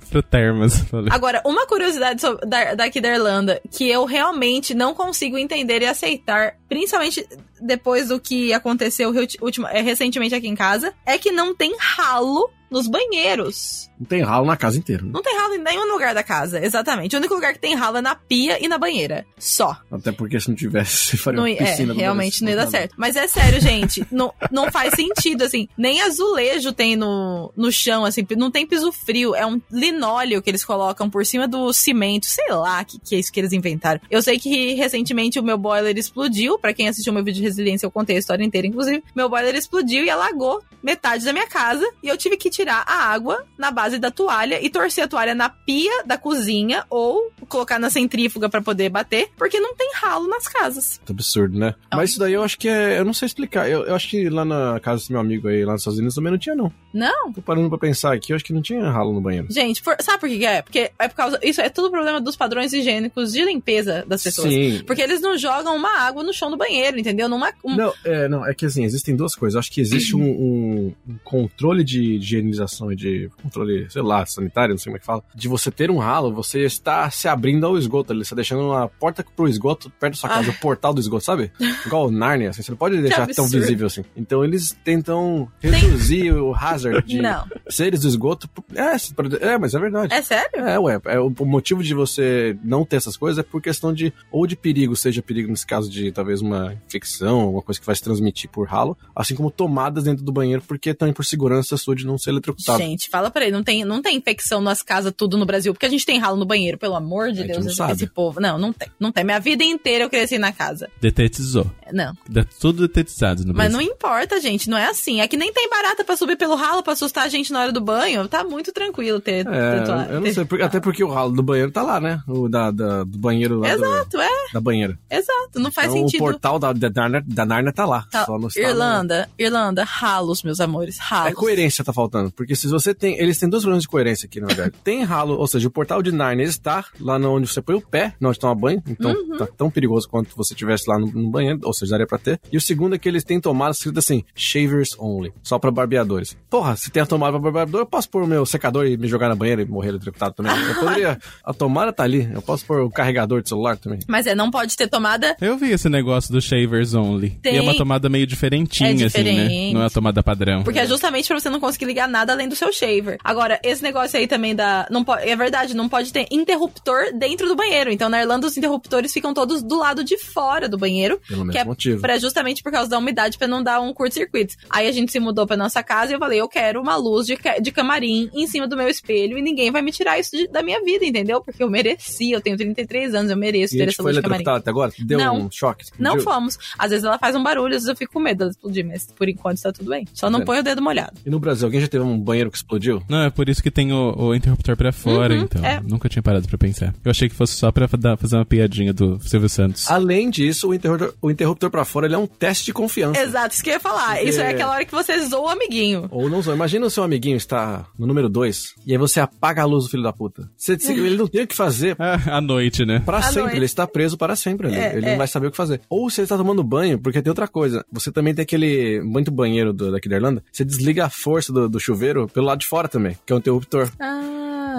pro Termas. Falei. Agora, uma curiosidade sobre- da- daqui da Irlanda que eu realmente não consigo entender e aceitar, principalmente depois do que aconteceu reu- ultima- é, recentemente aqui em casa, é que não tem ralo nos banheiros. Não tem ralo na casa inteira. né? Não tem ralo em nenhum lugar da casa, exatamente. O único lugar que tem ralo é na pia e na banheira. Só. Até porque se não tivesse, você faria Não, uma ia- é, piscina. no realmente não ia dar Brasil. certo. Mas é sério, gente. não, não faz sentido, assim. Nem azulejo tem no, no chão, assim. Não tem piso frio. É um linóleo que eles colocam por cima do cimento. Sei lá que, que é isso que eles inventaram. Eu sei que recentemente o meu boiler explodiu. Pra quem assistiu meu vídeo de resiliência, eu contei a história inteira, inclusive. Meu boiler explodiu e alagou metade da minha casa. E eu tive que tirar a água na base da toalha e torcer a toalha na pia da cozinha ou colocar na centrífuga pra poder bater, porque não tem ralo nas casas. Muito absurdo, né? Mas isso daí eu acho que é. Eu não sei explicar. Eu, eu acho que lá na casa do meu amigo aí, lá nos Estados Unidos, também não tinha, não. Não? Tô parando pra pensar aqui, eu acho que não tinha ralo no banheiro. Gente, por- sabe por que que é? Porque é por causa. Isso é tudo problema dos padrões higiênicos de limpeza das pessoas. Sim. Porque eles não jogam uma água no chão do banheiro, entendeu? Numa, um- Não, é, não, é que assim, existem duas coisas. Eu acho que existe um, um- um controle de de higienização e de controle, sei lá, sanitário, não sei como é que fala. De você ter um ralo, você está se abrindo ao esgoto ali. Você está deixando uma porta pro esgoto perto da sua Ah. casa, o portal do esgoto, sabe? Igual o Narnia, assim, você não pode deixar tão absurdo. visível assim. Então eles tentam reduzir o hazard de Não. seres do esgoto. É, se- é, mas é verdade. É sério? É, ué, é, o o motivo de você não ter essas coisas é por questão de, ou de perigo, seja perigo nesse caso de talvez uma infecção, alguma coisa que vai se transmitir por ralo, assim como tomadas dentro do banheiro, porque também por segurança sua de não ser eletrocutado. Gente, fala pra ele, não tem, não tem infecção nas casas tudo no Brasil, porque a gente tem ralo no banheiro, pelo amor de A gente Deus, não esse, sabe. esse povo. Não, não tem. Não tem. Minha vida inteira eu cresci na casa. Detetizou. Não. Dá tudo detetizado no Mas Brasil. não importa, gente. Não é assim. É que nem tem barata pra subir pelo ralo pra assustar a gente na hora do banho. Tá muito tranquilo ter. ter tua- É, eu não ter- sei, porque- até porque o ralo do banheiro tá lá, né? O da, da- do banheiro lá do- Exato, é, da banheira. exato. Não faz então, sentido. o portal da, da, Narnia, da Narnia tá lá. Tá, Só não está no- Irlanda, Irlanda, ralos, meus amores, ralos. É coerência tá faltando, porque se você tem, eles têm dois problemas de coerência aqui, na verdade. tem ralo, ou seja, o portal de Narnia está lá na onde você põe o pé, na onde toma banho, então Uhum. tá tão perigoso quanto você tivesse lá no, no banheiro, ou seja, daria pra ter. E o segundo é que eles têm tomadas escritas assim, shavers only, só pra barbeadores. Porra, se tem a tomada pra barbeador, eu posso pôr o meu secador e me jogar na banheira e morrer eletrocutado também. Eu poderia, a tomada tá ali, eu posso pôr o carregador de celular também. Mas é, não pode ter tomada. Eu vi esse negócio do shavers only. Tem. E é uma tomada meio diferentinha, É assim, né? diferente. Não é a tomada padrão. Uhum. Porque é justamente pra você não conseguir ligar nada além do seu shaver. Agora, esse negócio aí também da. Não po- é verdade, não pode ter interruptor dentro do banheiro. Então, na Irlanda, os interruptores ficam todos do lado de fora do banheiro. Pelo que mesmo é motivo. Pra justamente por causa da umidade, pra não dar um curto-circuito. Aí a gente se mudou pra nossa casa e eu falei, eu quero uma luz de, ca- de camarim em cima do meu espelho e ninguém vai me tirar isso de- da minha vida, entendeu? Porque eu mereci, eu tenho 33 anos, eu mereço E ter ele essa foi luz de camarim. eletrocutado até agora? Deu Não. um choque? Não Explodiu? fomos. Às vezes ela faz um barulho, às vezes eu fico com medo dela explodir, mas por enquanto tá tudo bem. Só não Tá vendo? põe o dedo molhado. E no Brasil, alguém já teve um banheiro que explodiu? Não, é por isso que tem o, o interruptor pra fora, Uhum, então. é. Nunca tinha parado pra pensar. Eu achei que fosse só pra dar- fazer uma piadinha do Silvio Santos. Ah. Além disso, o interruptor, o interruptor pra fora ele é um teste de confiança. Exato, isso que eu ia falar. Porque- Isso é aquela hora que você zoa o amiguinho. Ou não só. Imagina o seu amiguinho está no número 2 e aí você apaga a luz do filho da puta. Você- É. você- ele não tem o que fazer. Ah, à noite, né? Pra À sempre, noite. ele está preso para sempre. né? É, ele é. não vai saber o que fazer. Ou se ele está tomando banho, porque tem outra coisa. Você também tem aquele muito banheiro do- daqui da Irlanda. Você desliga a força do, do chuveiro pelo lado de fora também, que é um interruptor. Ah.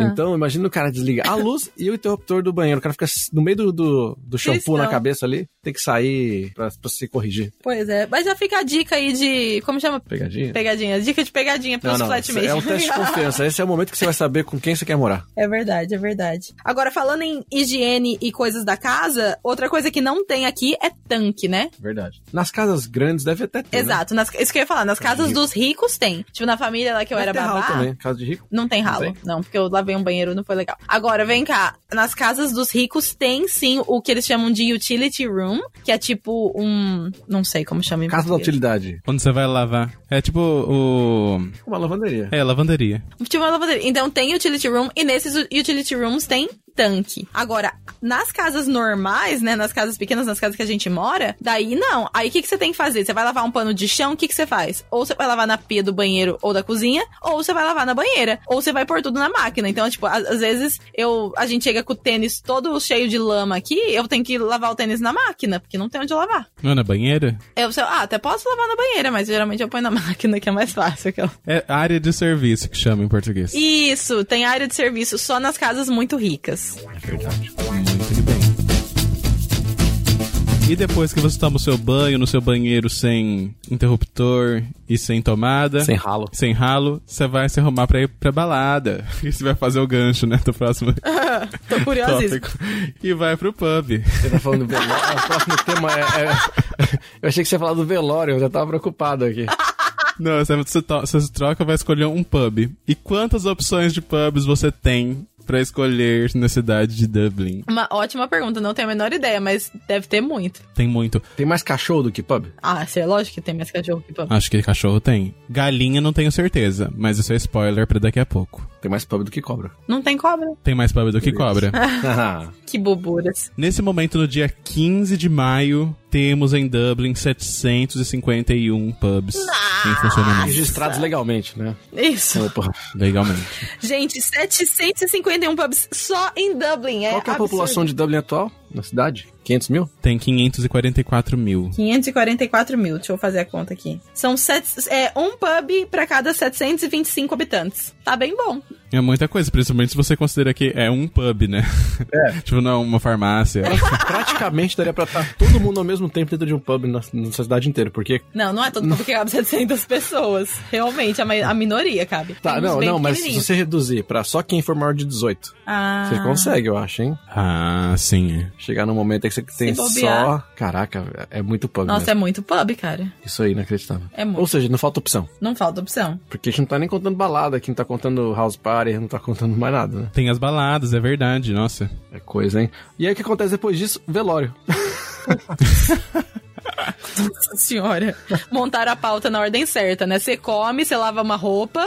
Então, imagina o cara desliga a luz e o interruptor do banheiro. O cara fica no meio do, do, do shampoo Tristão. na cabeça ali, tem que sair pra, pra se corrigir. Pois é. Mas já fica a dica aí de. Como chama? Pegadinha? Pegadinha. Dica de pegadinha pros flatmates. é um teste de confiança. Esse é o momento que você vai saber com quem você quer morar. É verdade, é verdade. Agora, falando em higiene e coisas da casa, outra coisa que não tem aqui é tanque, né? Verdade. Nas casas grandes deve até ter. né? Exato. nas- isso que eu ia falar, nas casas dos ricos tem. Tipo, na família lá que eu Né? era Deve ter babá. ralo também, casa de rico. Não tem ralo, Não não, porque eu lavei um banheiro, não foi legal. Agora, vem cá. Nas casas dos ricos tem sim o que eles chamam de utility room, que é tipo um. Não sei como chama em Casa da português. utilidade. Quando você vai lavar. É tipo o. Uma lavanderia. É, lavanderia. Tipo uma lavanderia. Então tem utility room e nesses u- utility rooms tem tanque. Agora, nas casas normais, né? Nas casas pequenas, nas casas que a gente mora, daí não. Aí o que, que você tem que fazer? Você vai lavar um pano de chão, o que, que você faz? Ou você vai lavar na pia do banheiro ou da cozinha, ou você vai lavar na banheira, ou você vai pôr tudo na máquina. Então, tipo, a- às vezes eu a gente chega com o tênis todo cheio de lama aqui, eu tenho que lavar o tênis na máquina, porque não tem onde lavar. Não é na banheira? Eu, você- ah, até posso lavar na banheira, mas geralmente eu ponho na máquina, que é mais fácil. Que eu... É área de serviço que chama em português. Isso, tem área de serviço só nas casas muito ricas. Muito bem. E depois que você toma o seu banho no seu banheiro sem interruptor e sem tomada, É. Sem ralo. sem ralo, você vai se arrumar pra ir pra balada. E você vai fazer o gancho, né, do próximo Tô curiosíssima. tópico. E vai pro pub. Você tá falando do velório. o próximo tema é, é- Eu achei que você ia falar do velório, eu já tava preocupado aqui. Não, você, você, to- você se troca vai escolher um pub. E quantas opções de pubs você tem pra escolher na cidade de Dublin? Uma ótima pergunta, não tenho a menor ideia, mas deve ter muito. Tem muito. Tem mais cachorro do que pub? Ah, isso é lógico que tem mais cachorro que pão. Acho que cachorro tem. Galinha não tenho certeza, mas isso é spoiler pra daqui a pouco. Tem mais pub do que cobra. Não tem cobra? Tem mais pub do que cobra. Ah, Que boburas. Nesse momento, no dia 15 de maio, temos em Dublin 751 pubs em funcionamento. Registrados legalmente, né? Isso. Opa. Legalmente. Gente, 751 pubs só em Dublin. É Qual que é a absurdo. população de Dublin atual na cidade? 500 mil? Tem 544 mil. 544 mil, deixa eu fazer a conta aqui. São sete, é, um pub pra cada 725 habitantes. Tá bem bom. É muita coisa, principalmente se você considera que é um pub, né? É. tipo, não uma farmácia. Praticamente daria pra estar todo mundo ao mesmo tempo dentro de um pub na, na cidade inteira, porque. Não, não é todo mundo que cabe 700 pessoas. Realmente, a, mai- a minoria cabe. Tá, Tem uns não, bem não, mas se pequenininhos. você reduzir pra só quem for maior de 18, Ah. você consegue, eu acho, hein? ah, sim. Chegar num momento aí que você tem só. bobear. Caraca, é muito pub. Nossa, mesmo. é muito pub, cara. Isso aí, inacreditável. É Ou muito. seja, não falta opção. Não falta opção. Porque a gente não tá nem contando balada, aqui não tá contando house party, não tá contando mais nada, né? Tem as baladas, é verdade, nossa. É coisa, hein? E aí o que acontece depois disso? Velório. Nossa senhora. Montaram a pauta na ordem certa, né? Você come, você lava uma roupa.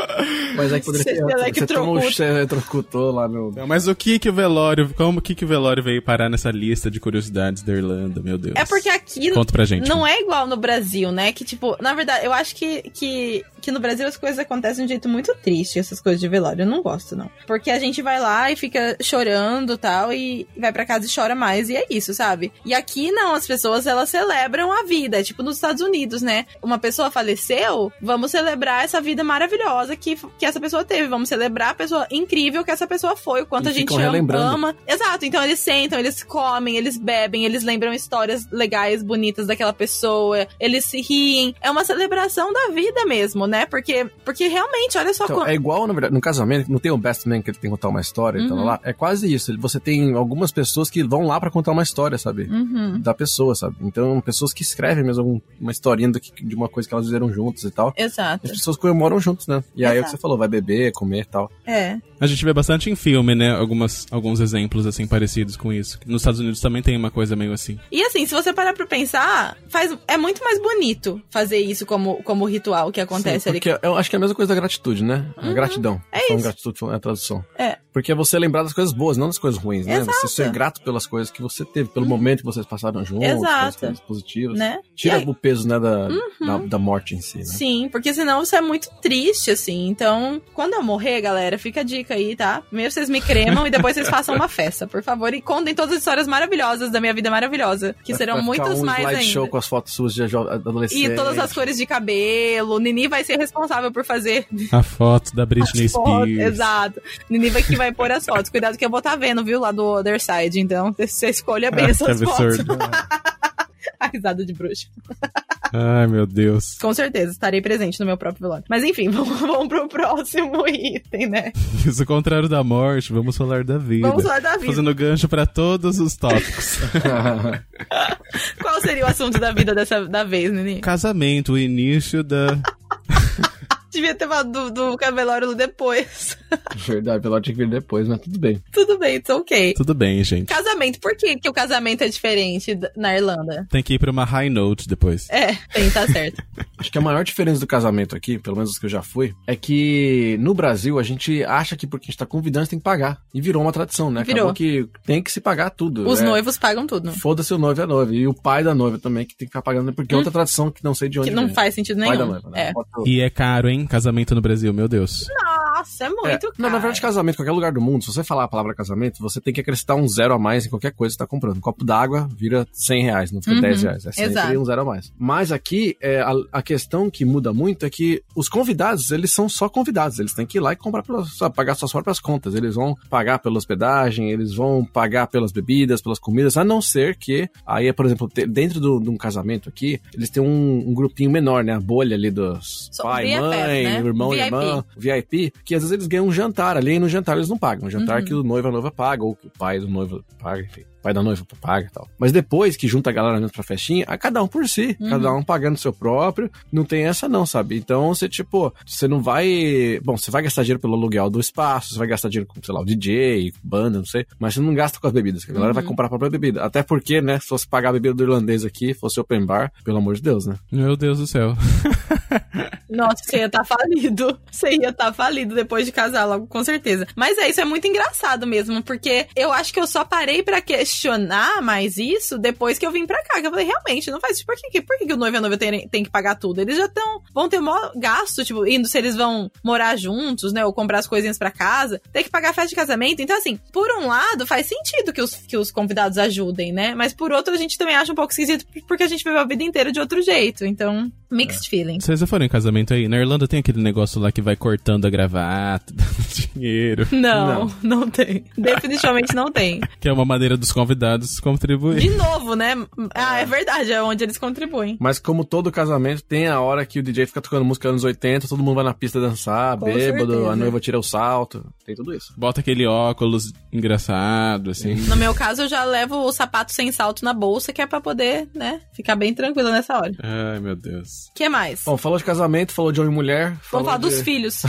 Mas é que poderia Você ter outra. Você eletrocuta. tomou- você eletrocutou lá no. Não, mas o que que o velório, como que que o velório veio parar nessa lista de curiosidades da Irlanda, meu Deus. É porque aqui Conta pra gente. né? Não é igual no Brasil, né? Que, tipo, na verdade, eu acho que, que, que no Brasil as coisas acontecem de um jeito muito triste, essas coisas de velório. Eu não gosto, não. Porque a gente vai lá e fica chorando tal, e vai pra casa e chora mais, e é isso, sabe? E aqui não, as pessoas elas celebram a vida. É tipo nos Estados Unidos, né? Uma pessoa faleceu, vamos celebrar essa vida maravilhosa que, que essa pessoa teve. Vamos celebrar a pessoa incrível que essa pessoa foi, o quanto E a gente ficam relembrando. ama, cama. Exato, então eles sentam, eles comem, eles bebem, eles lembram histórias legais, bonitas daquela pessoa, eles se riem. É uma celebração da vida mesmo, né? Porque, porque realmente, olha só. Então, quan- é igual, na verdade, no casamento, não tem o best man que ele tem que contar uma história e tal, Uhum. lá. É quase isso. ele- Você tem algumas pessoas que vão lá pra contar uma história, sabe? Uhum. Da pessoa, sabe? Então, pessoas que escrevem mesmo algum- uma historinha do que- de uma coisa que elas fizeram juntas e tal. Exato. As pessoas comemoram juntos, né? E aí é o que Exato. você falou, vai beber, comer e tal. É. A gente vê bastante em filme, né? Algumas, alguns exemplos assim parecidos com isso. Nos Estados Unidos também tem uma coisa meio assim. E assim, se você parar pra pensar, faz, é muito mais bonito fazer isso como, como ritual que acontece Sim, ali. porque eu acho que é a mesma coisa da gratitude, né? A gratidão. É Falando isso. gratitude falando- é a tradução. É. Porque é você lembrar das coisas boas, não das coisas ruins, né? Exato. Uhum. Você ser grato pelas coisas que você teve, pelo momento que vocês passaram juntos, Exato. pelas coisas positivas. Né? Tira E aí- Uhum. o peso, né, da, da, da morte em si, né? Sim, porque senão isso é muito triste, assim. Então, quando eu morrer, galera, fica a dica aí, tá? Primeiro vocês me cremam e depois vocês façam uma festa, por favor. E contem todas as histórias maravilhosas da minha vida maravilhosa, que serão Vai ficar muitas um mais ainda. slideshow com as fotos suas de jo- adolescente. E todas as cores de cabelo. Nini vai ser responsável por fazer A foto da Britney as fotos. Spears. Exato. Nini vai que vai pôr as fotos. Cuidado que eu vou estar vendo, viu? Lá do Other Side. Então, você escolha bem Ah, as que suas fotos. absurdo. A risada de bruxa. Ai, meu Deus. Com certeza, estarei presente no meu próprio velório. Mas enfim, vamos, vamos pro próximo item, né? Isso ao contrário da morte, vamos falar da vida. Vamos falar da vida. Fazendo gancho pra todos os tópicos. Qual seria o assunto da vida dessa da vez, Nini? Casamento, o início da. Devia ter falado do, do cabelório depois. Verdade, pelo tinha que vir depois, mas tudo bem. Tudo bem, it's ok. Tudo bem, gente. Casamento, por que, que o casamento é diferente d- na Irlanda? Tem que ir pra uma high note depois. É, tem, tá certo. Acho que a maior diferença do casamento aqui, pelo menos os que eu já fui, é que no Brasil a gente acha que porque a gente tá convidando, você tem que pagar. E virou uma tradição, né? Virou. Acabou que tem que se pagar tudo. Os né? noivos pagam tudo. Foda-se o noivo e a noiva. E o pai da noiva também, que tem que ficar pagando, porque é outra tradição que não sei de onde Hum. Que não vem. faz sentido Pai da nenhum. noiva, É. né? Bota o- E é caro, hein? Casamento no Brasil, meu Deus. Nossa, é É, muito caro. não, na verdade, casamento, qualquer lugar do mundo, se você falar a palavra casamento, você tem que acrescentar um zero a mais em qualquer coisa que você tá comprando. Um copo d'água vira 100 reais, não fica Uhum, 10 reais. É sempre exato. um zero a mais. Mas aqui, é, a, a questão que muda muito é que os convidados, eles são só convidados. Eles têm que ir lá e comprar, pelas, sabe, pagar suas próprias contas. Eles vão pagar pela hospedagem, eles vão pagar pelas bebidas, pelas comidas, a não ser que, aí, é, por exemplo, te- dentro do- de um casamento aqui, eles têm um, um grupinho menor, né? A bolha ali dos Só pai, VFF, mãe, né? irmão e VIP. irmã. VIP, que às vezes eles ganham um jantar ali e no jantar eles não pagam. Um jantar Uhum. que o noivo e a noiva paga, ou que o pai do noivo paga, enfim. o Pai da noiva paga e tal. Mas depois que junta a galera mesmo pra festinha, a cada um por si. Uhum. Cada um pagando o seu próprio. Não tem essa, não, sabe? Então você, tipo, você não vai. Bom, você vai gastar dinheiro pelo aluguel do espaço, você vai gastar dinheiro com, sei lá, o DJ, banda, não sei. Mas você não gasta com as bebidas, que a galera Uhum. vai comprar a própria bebida. Até porque, né, se fosse pagar a bebida do irlandês aqui, fosse open bar, pelo amor de Deus, né? Meu Deus do céu. Nossa, você ia estar falido. Você ia estar falido depois de casar logo, com certeza. Mas é isso, é muito engraçado mesmo, porque eu acho que eu só parei pra questionar mais isso depois que eu vim pra cá. Que eu falei, realmente, não faz Por que, que- por que, que o noivo e a noiva tem, tem que pagar tudo? Eles já tão, vão ter maior gasto, tipo, indo se eles vão morar juntos, né? Ou comprar as coisinhas pra casa. Tem que pagar a festa de casamento. Então, assim, por um lado, faz sentido que os, que os convidados ajudem, né? Mas por outro, a gente também acha um pouco esquisito, porque a gente viveu a vida inteira de outro jeito. Então, mixed feelings. Vocês já foram em casamento aí? Na Irlanda tem aquele negócio lá que vai cortando a gravata, dando dinheiro. Não, não, tem. Definitivamente não tem. Que é uma maneira dos convidados contribuir. De novo, né? Ah, é verdade, é onde eles contribuem. Mas como todo casamento, tem a hora que o DJ fica tocando música anos 80, todo mundo vai na pista dançar, Com bêbado, certeza. a noiva tira o salto, tem tudo isso. Bota aquele óculos engraçado, assim. No meu caso, eu já levo o sapato sem salto na bolsa, que é pra poder, né, ficar bem tranquila nessa hora. Ai, meu Deus. O que mais? Bom, falou de casamento, falou de homem e mulher, Vamos falou falar de... dos filhos.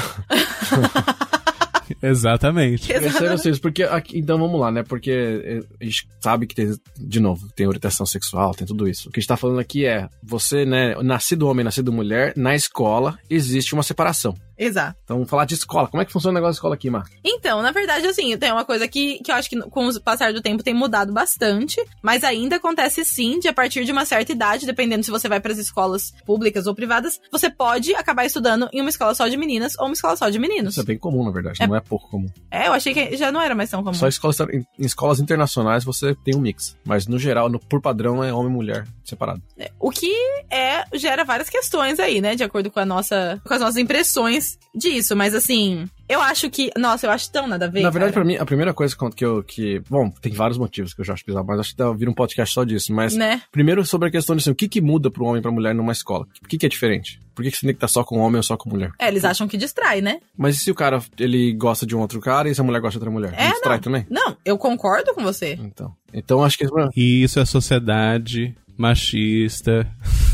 Exatamente. Terceiro sexo, porque aqui- então vamos lá, né? Porque é, a gente sabe que tem, de novo, tem orientação sexual, tem tudo isso. O que a gente tá falando aqui é, você, né, nascido homem, nascido mulher, na escola existe uma separação. Exato. Então, vamos falar de escola. Como é que funciona o negócio de escola aqui, Mar? Então, na verdade, assim, tem uma coisa que, que eu acho que com o passar do tempo tem mudado bastante, mas ainda acontece sim de a partir de uma certa idade, dependendo se você vai para as escolas públicas ou privadas, você pode acabar estudando em uma escola só de meninas ou uma escola só de meninos. Isso é bem comum, na verdade, É. não é pouco comum. É, eu achei que já não era mais tão comum. Só escolas, em em escolas internacionais você tem um mix. Mas no geral, no, por padrão, é homem e mulher separado. O que é gera várias questões aí, né, de acordo com a nossa com as nossas impressões disso, mas assim, eu acho que, nossa, eu acho tão nada a ver. Na verdade, cara. pra mim, a primeira coisa que eu. Que, bom, tem vários motivos que eu já acho bizarro, mas acho que dá vir um podcast só disso. Mas né? Primeiro, sobre a questão de assim, o que, que muda pro homem e pra mulher numa escola? O que, que é diferente? Por que, que você tem que estar só com homem ou só com mulher? É, eles acham que distrai, né? Mas e se o cara ele gosta de um outro cara e se a mulher gosta de outra mulher? É, não distrai também? Não, eu concordo com você. Então. Então acho que. E isso é sociedade machista,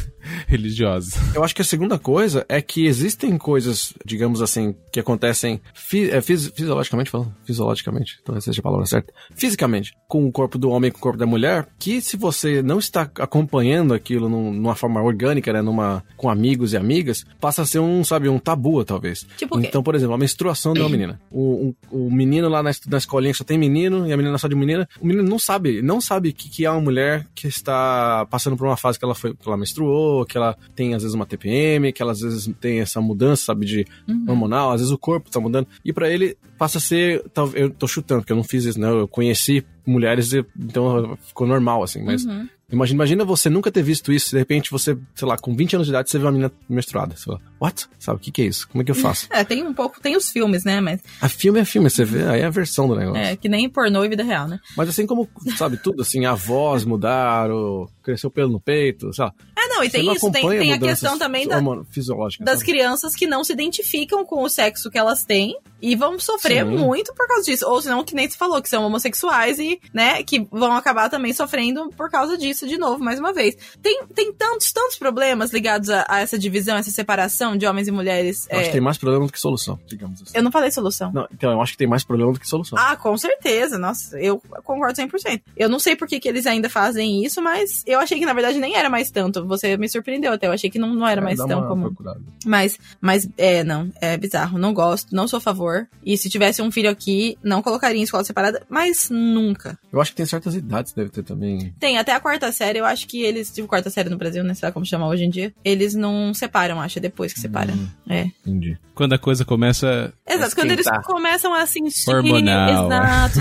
religiosa. Eu acho que a segunda coisa é que existem coisas, digamos assim, que acontecem fi- é, fisi- fisiologicamente falando, fisiologicamente, talvez seja a palavra certa, fisicamente, com o corpo do homem e com o corpo da mulher, que se você não está acompanhando aquilo num- numa forma orgânica, né, numa, com amigos e amigas, passa a ser um, sabe, um tabu, talvez. Tipo o quê? Então, por exemplo, a menstruação de uma menina. O, um- o menino lá na, es- na escolinha que só tem menino e a menina só de menina. O menino não sabe, não sabe que, que é uma mulher que está passando por uma fase que ela foi, que ela menstruou, que ela tem às vezes uma TPM, que ela às vezes tem essa mudança, sabe, de Uhum. Hum. hormonal, às vezes o corpo tá mudando. E pra ele passa a ser, tal- eu tô chutando, porque eu não fiz isso, não. Eu conheci mulheres e então ficou normal assim, mas Uhum. Imagina, imagina você nunca ter visto isso, de repente você, sei lá, com 20 anos de idade, você vê uma menina menstruada. Você fala, what? Sabe, o que, que é isso? Como é que eu faço? É, tem um pouco, tem os filmes, né? Mas a filme é filme, você vê, aí é a versão do negócio. é que nem pornô e vida real, né? Mas assim como, sabe, tudo, assim, a voz mudaram, cresceu pelo no peito, sei lá. Ah, não, e Você tem não isso, tem, acompanha tem a mudanças tá? questão também da- hormon- fisiológicas, das sabe? crianças que não se identificam com o sexo que elas têm e vão sofrer Sim. muito por causa disso. Ou senão, que nem se falou, que são homossexuais e, né, que vão acabar também sofrendo por causa disso de novo, mais uma vez. Tem, tem tantos, tantos problemas ligados a, a essa divisão, essa separação de homens e mulheres. Eu é, acho que tem mais problema do que solução, digamos assim. eu não falei solução. Não, então, eu acho que tem mais problema do que solução. Ah, com certeza. Nossa, eu concordo 100%. Eu não sei por que, que eles ainda fazem isso, mas eu achei que na verdade nem era mais tanto. Você me surpreendeu até. Eu achei que não, não era É, mais dá tão uma comum. procurada. Mas, mas, é, não. É bizarro. Não gosto. Não sou a favor. E se tivesse um filho aqui, não colocaria em escola separada, mas nunca. Eu acho que tem certas idades, deve ter também. Tem até a quarta série. Eu acho que eles. Tipo, quarta série no Brasil, né? Sei lá como chama hoje em dia. Eles não separam, acho. É depois que separa. Hum, É. Entendi. Quando a coisa começa. Exato. Quando eles Esquentar. começam a sentir. Hormonal. Exato,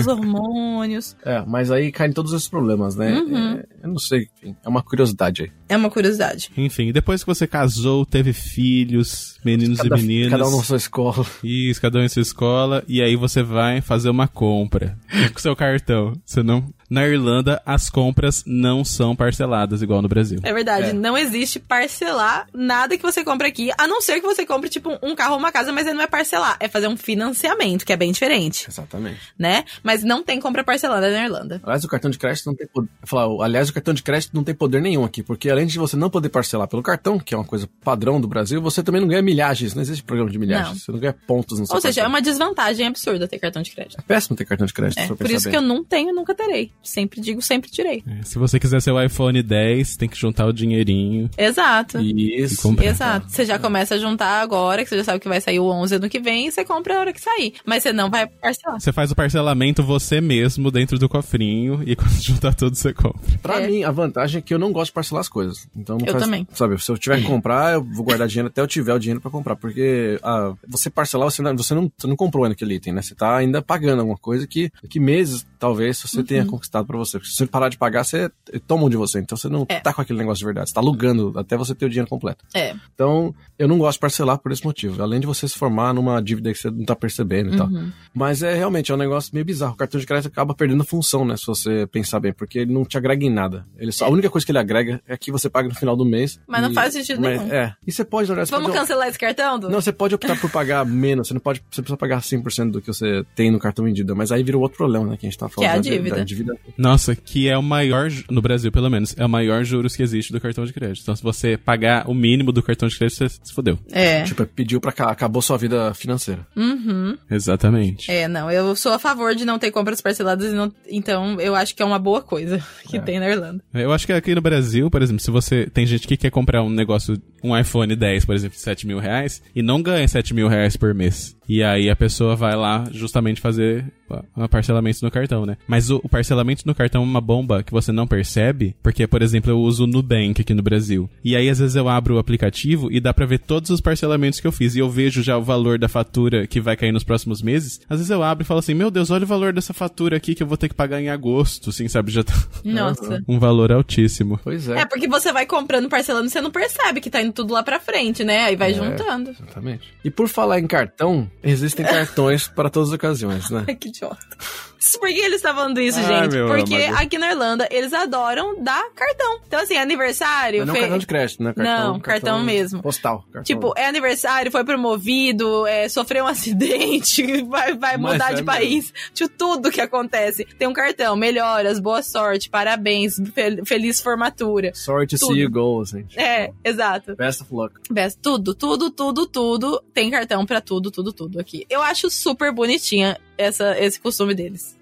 os hormônios. É, mas aí caem todos esses problemas, né? Uhum. É, eu não sei, enfim, é uma curiosidade aí. É uma curiosidade. Enfim, depois que você casou, teve filhos, meninos Cada, e meninas. cada um na sua escola. Isso, cada um em sua escola. E aí você vai fazer uma compra com seu cartão. Você não... Na Irlanda, as compras não são parceladas, igual no Brasil. É verdade, É. não existe parcelar nada que você compra aqui, a não ser que você compre, tipo, um carro ou uma casa, mas aí não é parcelar, é fazer um financiamento, que é bem diferente, Exatamente. né? Mas não tem compra parcelada na Irlanda. Aliás, o cartão de crédito não tem poder. Falar, aliás, o cartão de crédito não tem poder nenhum aqui, porque além de você não poder parcelar pelo cartão, que é uma coisa padrão do Brasil, você também não ganha milhagens. Não existe programa de milhagens. Não. Você não ganha pontos no seu Ou seja, é cartão. uma desvantagem absurda ter cartão de crédito. É péssimo ter cartão de crédito, É, se for por pensar isso bem. que eu não tenho e nunca terei. Sempre digo, sempre tirei. É, Se você quiser seu iPhone 10, tem que juntar o dinheirinho. É. Exato. Isso. E comprar. Exato. Você É. já começa a juntar agora, que você já sabe que vai sair o 11 ano que vem, e você compra a hora que sair. Mas você não vai parcelar. Você faz o parcelamento você mesmo dentro do cofrinho e quando juntar tudo você compra. Pra É. mim, a vantagem é que eu não gosto de parcelar as coisas. Então, não Eu faz- também. Sabe, se eu tiver que comprar, eu vou guardar dinheiro até eu tiver o dinheiro pra comprar. Porque ah, você parcelar, você não, você, não, você não comprou ainda aquele item, né? Você tá ainda pagando alguma coisa que daqui meses, talvez, você Uhum. tenha conquistado pra você. Porque Se você parar de pagar, você tomam de você. Então, você não É. tá com aquele negócio de verdade. Você tá alugando até você ter o dinheiro completo. É. Então, eu não gosto de parcelar por esse motivo. Além de você se formar numa dívida que você não tá percebendo e tal. Uhum. Mas é realmente é um negócio meio bizarro. O cartão de crédito acaba perdendo função, né? Se você pensar bem, porque ele não te agrega em nada. Ele só, a única coisa que ele agrega é que você paga no final do mês. Mas não e- faz sentido mas- nenhum. É. E você pode olhar. você Vamos pode- cancelar esse cartão, Du? Não, você pode optar por pagar menos. Você não pode. Você precisa pagar 100% do que você tem no cartão vendido. Mas aí vira o outro problema, né? Que a gente tá falando. é a da- da dívida. dívida Nossa, que é o maior, ju- no Brasil pelo menos, é o maior juros que existe do cartão de crédito. Então se você pagar o mínimo do cartão de crédito, você se fodeu. É. Tipo, pediu pra cá, acabou sua vida financeira. Uhum. Exatamente. É, não, eu sou a favor de não ter compras parceladas, e não- então eu acho que é uma boa coisa que É. tem na Irlanda. Eu acho que aqui no Brasil, por exemplo, se você. Tem gente que quer comprar um negócio, um iPhone 10, por exemplo, de 7 mil reais, e não ganha 7 mil reais por mês. E aí a pessoa vai lá justamente fazer um parcelamento no cartão, né? Mas o, o parcelamento no cartão é uma bomba que você não percebe, porque, por exemplo, eu uso o Nubank aqui no Brasil. E aí, às vezes, eu abro o aplicativo e dá pra ver todos os parcelamentos que eu fiz. E eu vejo já o valor da fatura que vai cair nos próximos meses. Às vezes eu abro e falo assim, meu Deus, olha o valor dessa fatura aqui que eu vou ter que pagar em agosto, assim, sabe? Já tá Nossa. um valor altíssimo. Pois É, porque você vai comprando, parcelando, você não percebe que tá indo tudo lá pra frente, né? Aí vai É. juntando. Exatamente. E por falar em cartão, existem cartões para todas as ocasiões, né? Ai, que idiota. Isso, Por que eles estão falando isso, Ai, gente? meu Porque amor. aqui na Irlanda, eles adoram dar cartão. Então, assim, aniversário... Mas não fe- cartão de crédito, né? Não, cartão mesmo. Postal. cartão- Tipo, é aniversário, foi promovido, é, sofreu um acidente, vai, vai Mas mudar é de mesmo. país. Tipo, tudo que acontece. Tem um cartão, melhoras, boa sorte, parabéns, fel- feliz formatura. Sorte tudo. see you go, assim. É, exato. Best of luck. Best, tudo, tudo, tudo, tudo. Tem cartão pra tudo, tudo, tudo aqui. Eu acho super bonitinha essa, esse costume deles.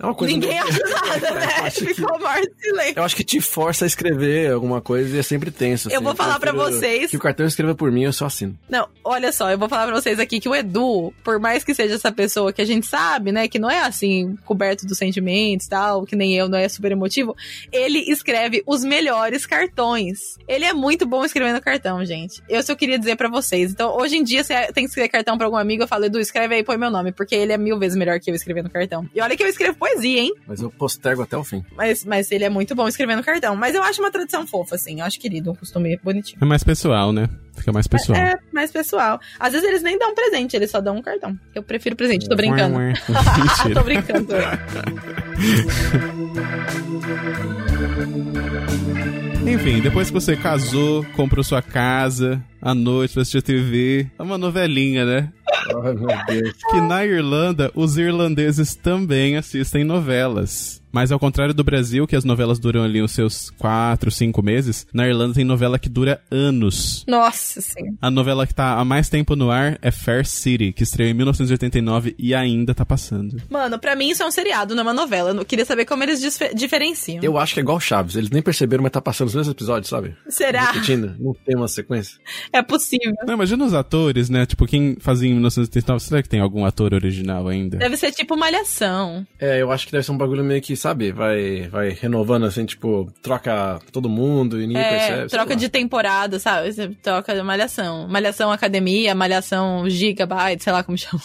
É uma coisa. Ninguém acha nada, Eu né? acho que- Ficou maior silêncio. Eu acho que te força a escrever alguma coisa e é sempre tenso. Eu assim. vou falar pra prefiro vocês. Que o cartão escreva por mim, eu só assino. Não, olha só, eu vou falar pra vocês aqui que o Edu, por mais que seja essa pessoa que a gente sabe, né, que não é assim, coberto dos sentimentos e tal, que nem eu, não é super emotivo, ele escreve os melhores cartões. Ele é muito bom escrevendo cartão, gente. Eu só queria dizer pra vocês. Então, hoje em dia, se é- tem que escrever cartão pra algum amigo, eu falo, Edu, escreve aí, põe meu nome, porque ele é mil vezes melhor que eu escrevendo cartão. E olha que eu escrevo poesia, hein? Mas eu postergo até o fim. Mas, mas ele é muito bom escrevendo cartão. Mas eu acho uma tradição fofa, assim. Eu acho querido, um costume bonitinho. É mais pessoal, né? Fica mais pessoal. É, mais pessoal. Às vezes eles nem dão presente, eles só dão um cartão. Eu prefiro presente, tô um brincando. tô Mentira. brincando. Enfim, depois que você casou, comprou sua casa, à noite vai assistir TV. É uma novelinha, né? Ai, meu Deus. Que na Irlanda, os irlandeses também assistem novelas. Mas ao contrário do Brasil, que as novelas duram ali os seus 4, 5 meses, na Irlanda tem novela que dura anos. Nossa, sim. A novela que tá há mais tempo no ar é Fair City, que estreou em 1989 e ainda tá passando. Mano, pra mim isso é um seriado, não é uma novela. Eu queria saber como eles disfe- diferenciam. Eu acho que é igual Chaves. Eles nem perceberam, mas tá passando os mesmos episódios, sabe? Será? Repetindo. Não tem uma sequência. É possível. Não, imagina os atores, né? Tipo, quem fazia em 1989, será que tem algum ator original ainda? Deve ser tipo malhação. É, eu acho que deve ser um bagulho meio que, sabe? Vai, vai renovando, assim, tipo, troca todo mundo e ninguém É, percebe. sei troca lá. de temporada, sabe? Você troca de malhação. Malhação academia, malhação gigabyte, sei lá como chama.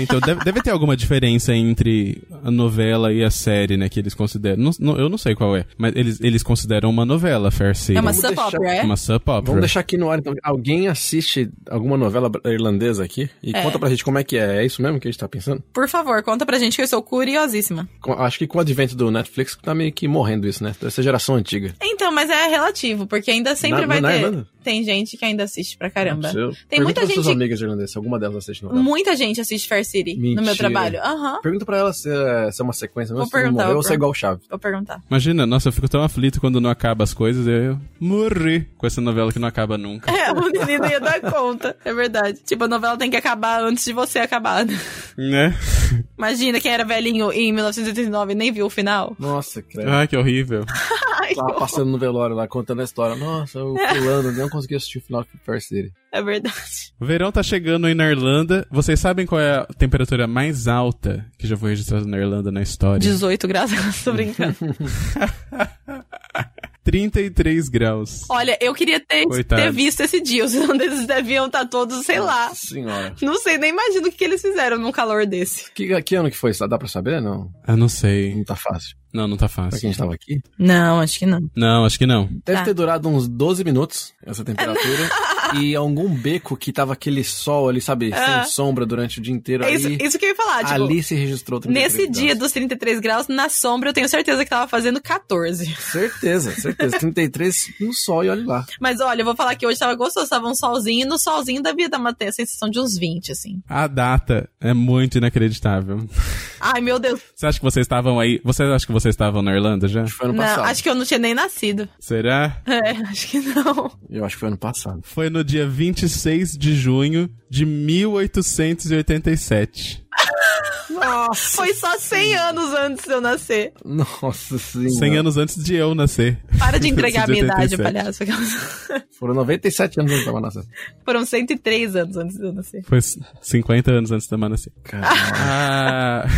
Então, deve, deve ter alguma diferença entre a novela e a série, né? Que eles consideram. não- não- eu não sei qual é, mas eles, eles consideram uma novela, Fair City. É uma vamos soap deixar- opera, é? Uma soap opera. Vamos deixar aqui no ar, então. Alguém assiste alguma novela irlandesa aqui e É. conta pra gente como é que é. É isso mesmo que a gente tá pensando? Por favor, conta pra gente que eu sou curiosíssima. Com- acho que com o advento do Netflix tá meio que morrendo isso, né? Essa geração antiga. Então, mas é relativo, porque ainda sempre Na- vai na ter. Irlanda? Tem gente que ainda assiste pra caramba. Não sei. Tem Pergunta muita pras suas gente- amigas irlandesas, se alguma delas assiste novela. Muita gente assiste Fair City no meu Mentira. trabalho. Aham, Pergunta pra ela se é, se é uma sequência Vou mesmo, se não perguntar, morreu ou vou se é igual o Chaves. vou perguntar. Imagina, nossa, eu fico tão aflito quando não acaba as coisas, eu morri com essa novela que não acaba nunca. É, o menino ia dar conta. É verdade. Tipo, a novela tem que acabar antes de você acabar. Né? Imagina quem era velhinho em 1989 e nem viu o final. Nossa, credo. É. Ah, que horrível. Ai, Tava passando no velório lá, contando a história. Nossa, o fulano não conseguiu assistir o final do Fair City. é verdade. O verão tá chegando aí na Irlanda. Vocês sabem qual é a temperatura mais alta que já foi registrada na Irlanda na história? 18 graus, tô brincando. 33 graus. Olha, eu queria ter, Coitado. ter visto esse dia. Os holandeses deviam estar todos, sei lá. Nossa Senhora. Não sei, nem imagino o que, que eles fizeram num calor desse. Que, que ano que foi isso? Dá pra saber? Não. Ah, não sei. Não tá fácil. Não, não tá Pra fácil. quem estava aqui. Não, acho que não. Não, acho que não. Deve Tá. ter durado uns 12 minutos essa temperatura. e algum beco que tava aquele sol ali, sabe, Ah. sem sombra durante o dia inteiro. É isso, ali, isso que eu ia falar, tipo. ali se registrou 33 Nesse dia graus. dos 33 graus, na sombra, eu tenho certeza que tava fazendo 14. Certeza, certeza. 33 no sol e olha lá. Mas olha, eu vou falar que hoje tava gostoso, tava um solzinho, e no solzinho devia dar uma ter a sensação de uns 20, assim. A data é muito inacreditável. Ai, meu Deus. Você acha que vocês estavam aí? Você acha que vocês estavam na Irlanda já? Acho que foi ano Não, passado. acho que eu não tinha nem nascido. Será? É, acho que não. Eu acho que foi ano passado. Foi no dia 26 de junho de 1887. Nossa! Foi só 100 anos antes de eu nascer. Nossa senhora. 100 anos antes de eu nascer. Para de entregar a minha idade, 87. palhaço. Foram 97 anos que eu tava nascendo. Foram 103 anos antes de eu nascer. Foi 50 anos antes da Mana nascer. Caralho. Ah.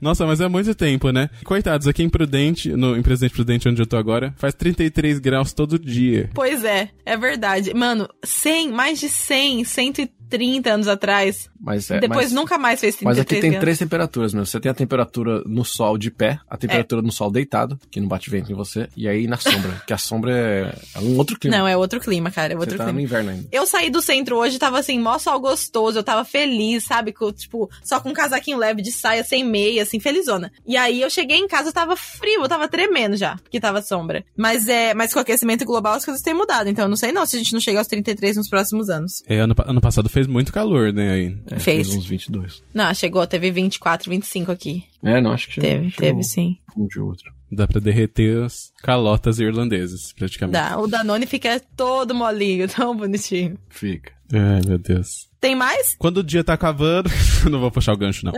Nossa, mas é muito tempo, né? Coitados, aqui em Prudente, no, em Presidente Prudente, onde eu tô agora, faz 33 graus todo dia. Pois é, é verdade. Mano, 100, mais de 100, 130 anos atrás. Mas é, Depois mas... nunca mais fez 33 Mas aqui tem anos. três temperaturas, meu. Você tem a temperatura no sol de pé, a É. temperatura no sol deitado, que não bate vento em você, e aí na sombra, que a sombra é, é um outro clima. Não, é outro clima, cara, é outro você tá clima. no inverno ainda. Eu saí do centro hoje, tava assim, mó sol gostoso, eu tava feliz, sabe? Com, tipo, só com um casaquinho leve de saia, sem meia, assim, felizona. E aí eu cheguei em casa, eu tava frio, eu tava tremendo já, porque tava sombra. Mas é, mas com o aquecimento global as coisas têm mudado, então eu não sei não se a gente não chega aos 33 nos próximos anos. É, ano, pa- ano passado fez muito calor, né? Aí. É, Fez. uns 22. Não, chegou, teve 24, 25 aqui. É, não, acho que chegou- teve, chegou teve sim. Um de outro. Dá pra derreter as calotas irlandesas, praticamente. Dá, o Danone fica todo molinho, tão bonitinho. Fica. Ai, meu Deus. Tem mais? Quando o dia tá acabando. não vou puxar o gancho, não.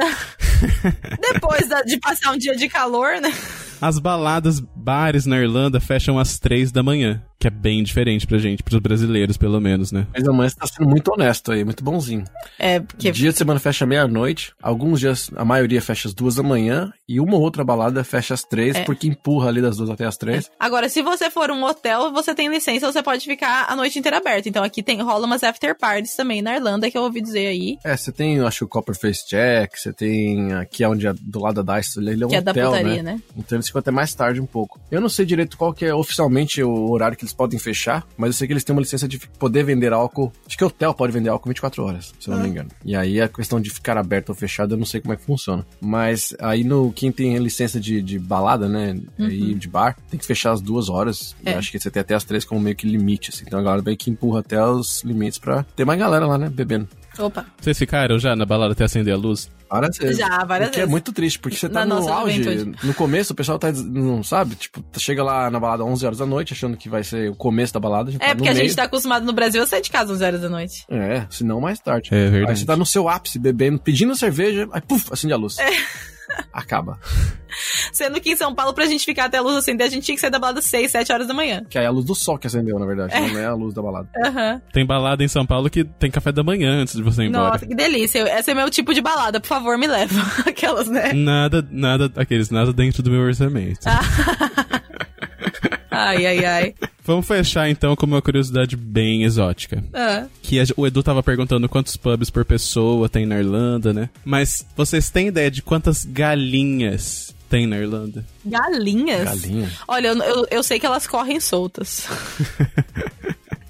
Depois da- de passar um dia de calor, né? As baladas, bares na Irlanda fecham às 3 da manhã, que é bem diferente pra gente, pros brasileiros, pelo menos, né? Mas amanhã você tá sendo muito honesto aí, muito bonzinho. É, porque Dia de semana fecha meia-noite, alguns dias, a maioria fecha às duas da manhã, e uma ou outra balada fecha às três, É. porque empurra ali das duas até às três. Agora, se você for um hotel, você tem licença, você pode ficar a noite inteira aberta. Então aqui tem rola umas after parties também na Irlanda que eu ouvi dizer aí. É, você tem, eu acho, o Copperface Jack, você tem aqui é onde é do lado da Dice, ele é um Que é da hotel, né? putaria, né? Então eles ficam até mais tarde um pouco. Eu não sei direito qual que é oficialmente o horário que eles podem fechar, mas eu sei que eles têm uma licença de poder vender álcool. Acho que o hotel pode vender álcool 24 horas, se eu não me engano. E aí a questão de ficar aberto ou fechado, eu não sei como é que funciona. Mas aí no quem tem licença de, de balada, né? E de bar, tem que fechar às duas horas. É. Eu acho que você tem até as três como meio que limite, assim. Então a galera meio que empurra até os limites pra ter mais galera lá, né? Bebendo. Opa, Vocês ficaram já na balada até acender a luz? Várias vezes. já, várias Porque é vezes. muito triste, porque você tá Na no nossa auge. juventude. No começo, o pessoal tá, des- não sabe, tipo, chega lá na balada 11 horas da noite, achando que vai ser o começo da balada. já tá É, no porque a meio. gente tá acostumado no Brasil a sair de casa às 11 horas da noite. É, se não mais tarde. É Aí verdade. você tá no seu ápice, bebendo, pedindo cerveja, aí puf, acende a luz. É. Acaba. Sendo que em São Paulo, pra gente ficar até a luz acender, a gente tinha que sair da balada às 6, 7 horas da manhã. Que aí é a luz do sol que acendeu, na verdade, não é a luz da balada. Aham. Tem balada em São Paulo que tem café da manhã antes de você ir embora. Nossa, que delícia. Eu- Esse é meu tipo de balada, por favor, me leva. Aquelas, Hum. né? Nada, nada, aqueles, nada dentro do meu orçamento. Ah. Ai, ai, ai. Vamos fechar então com uma curiosidade bem exótica. Ah. Que a- o Edu tava perguntando quantos pubs por pessoa tem na Irlanda, né? Mas vocês têm ideia de quantas galinhas tem na Irlanda? Galinhas? Galinha. Olha, eu, eu, eu sei que elas correm soltas.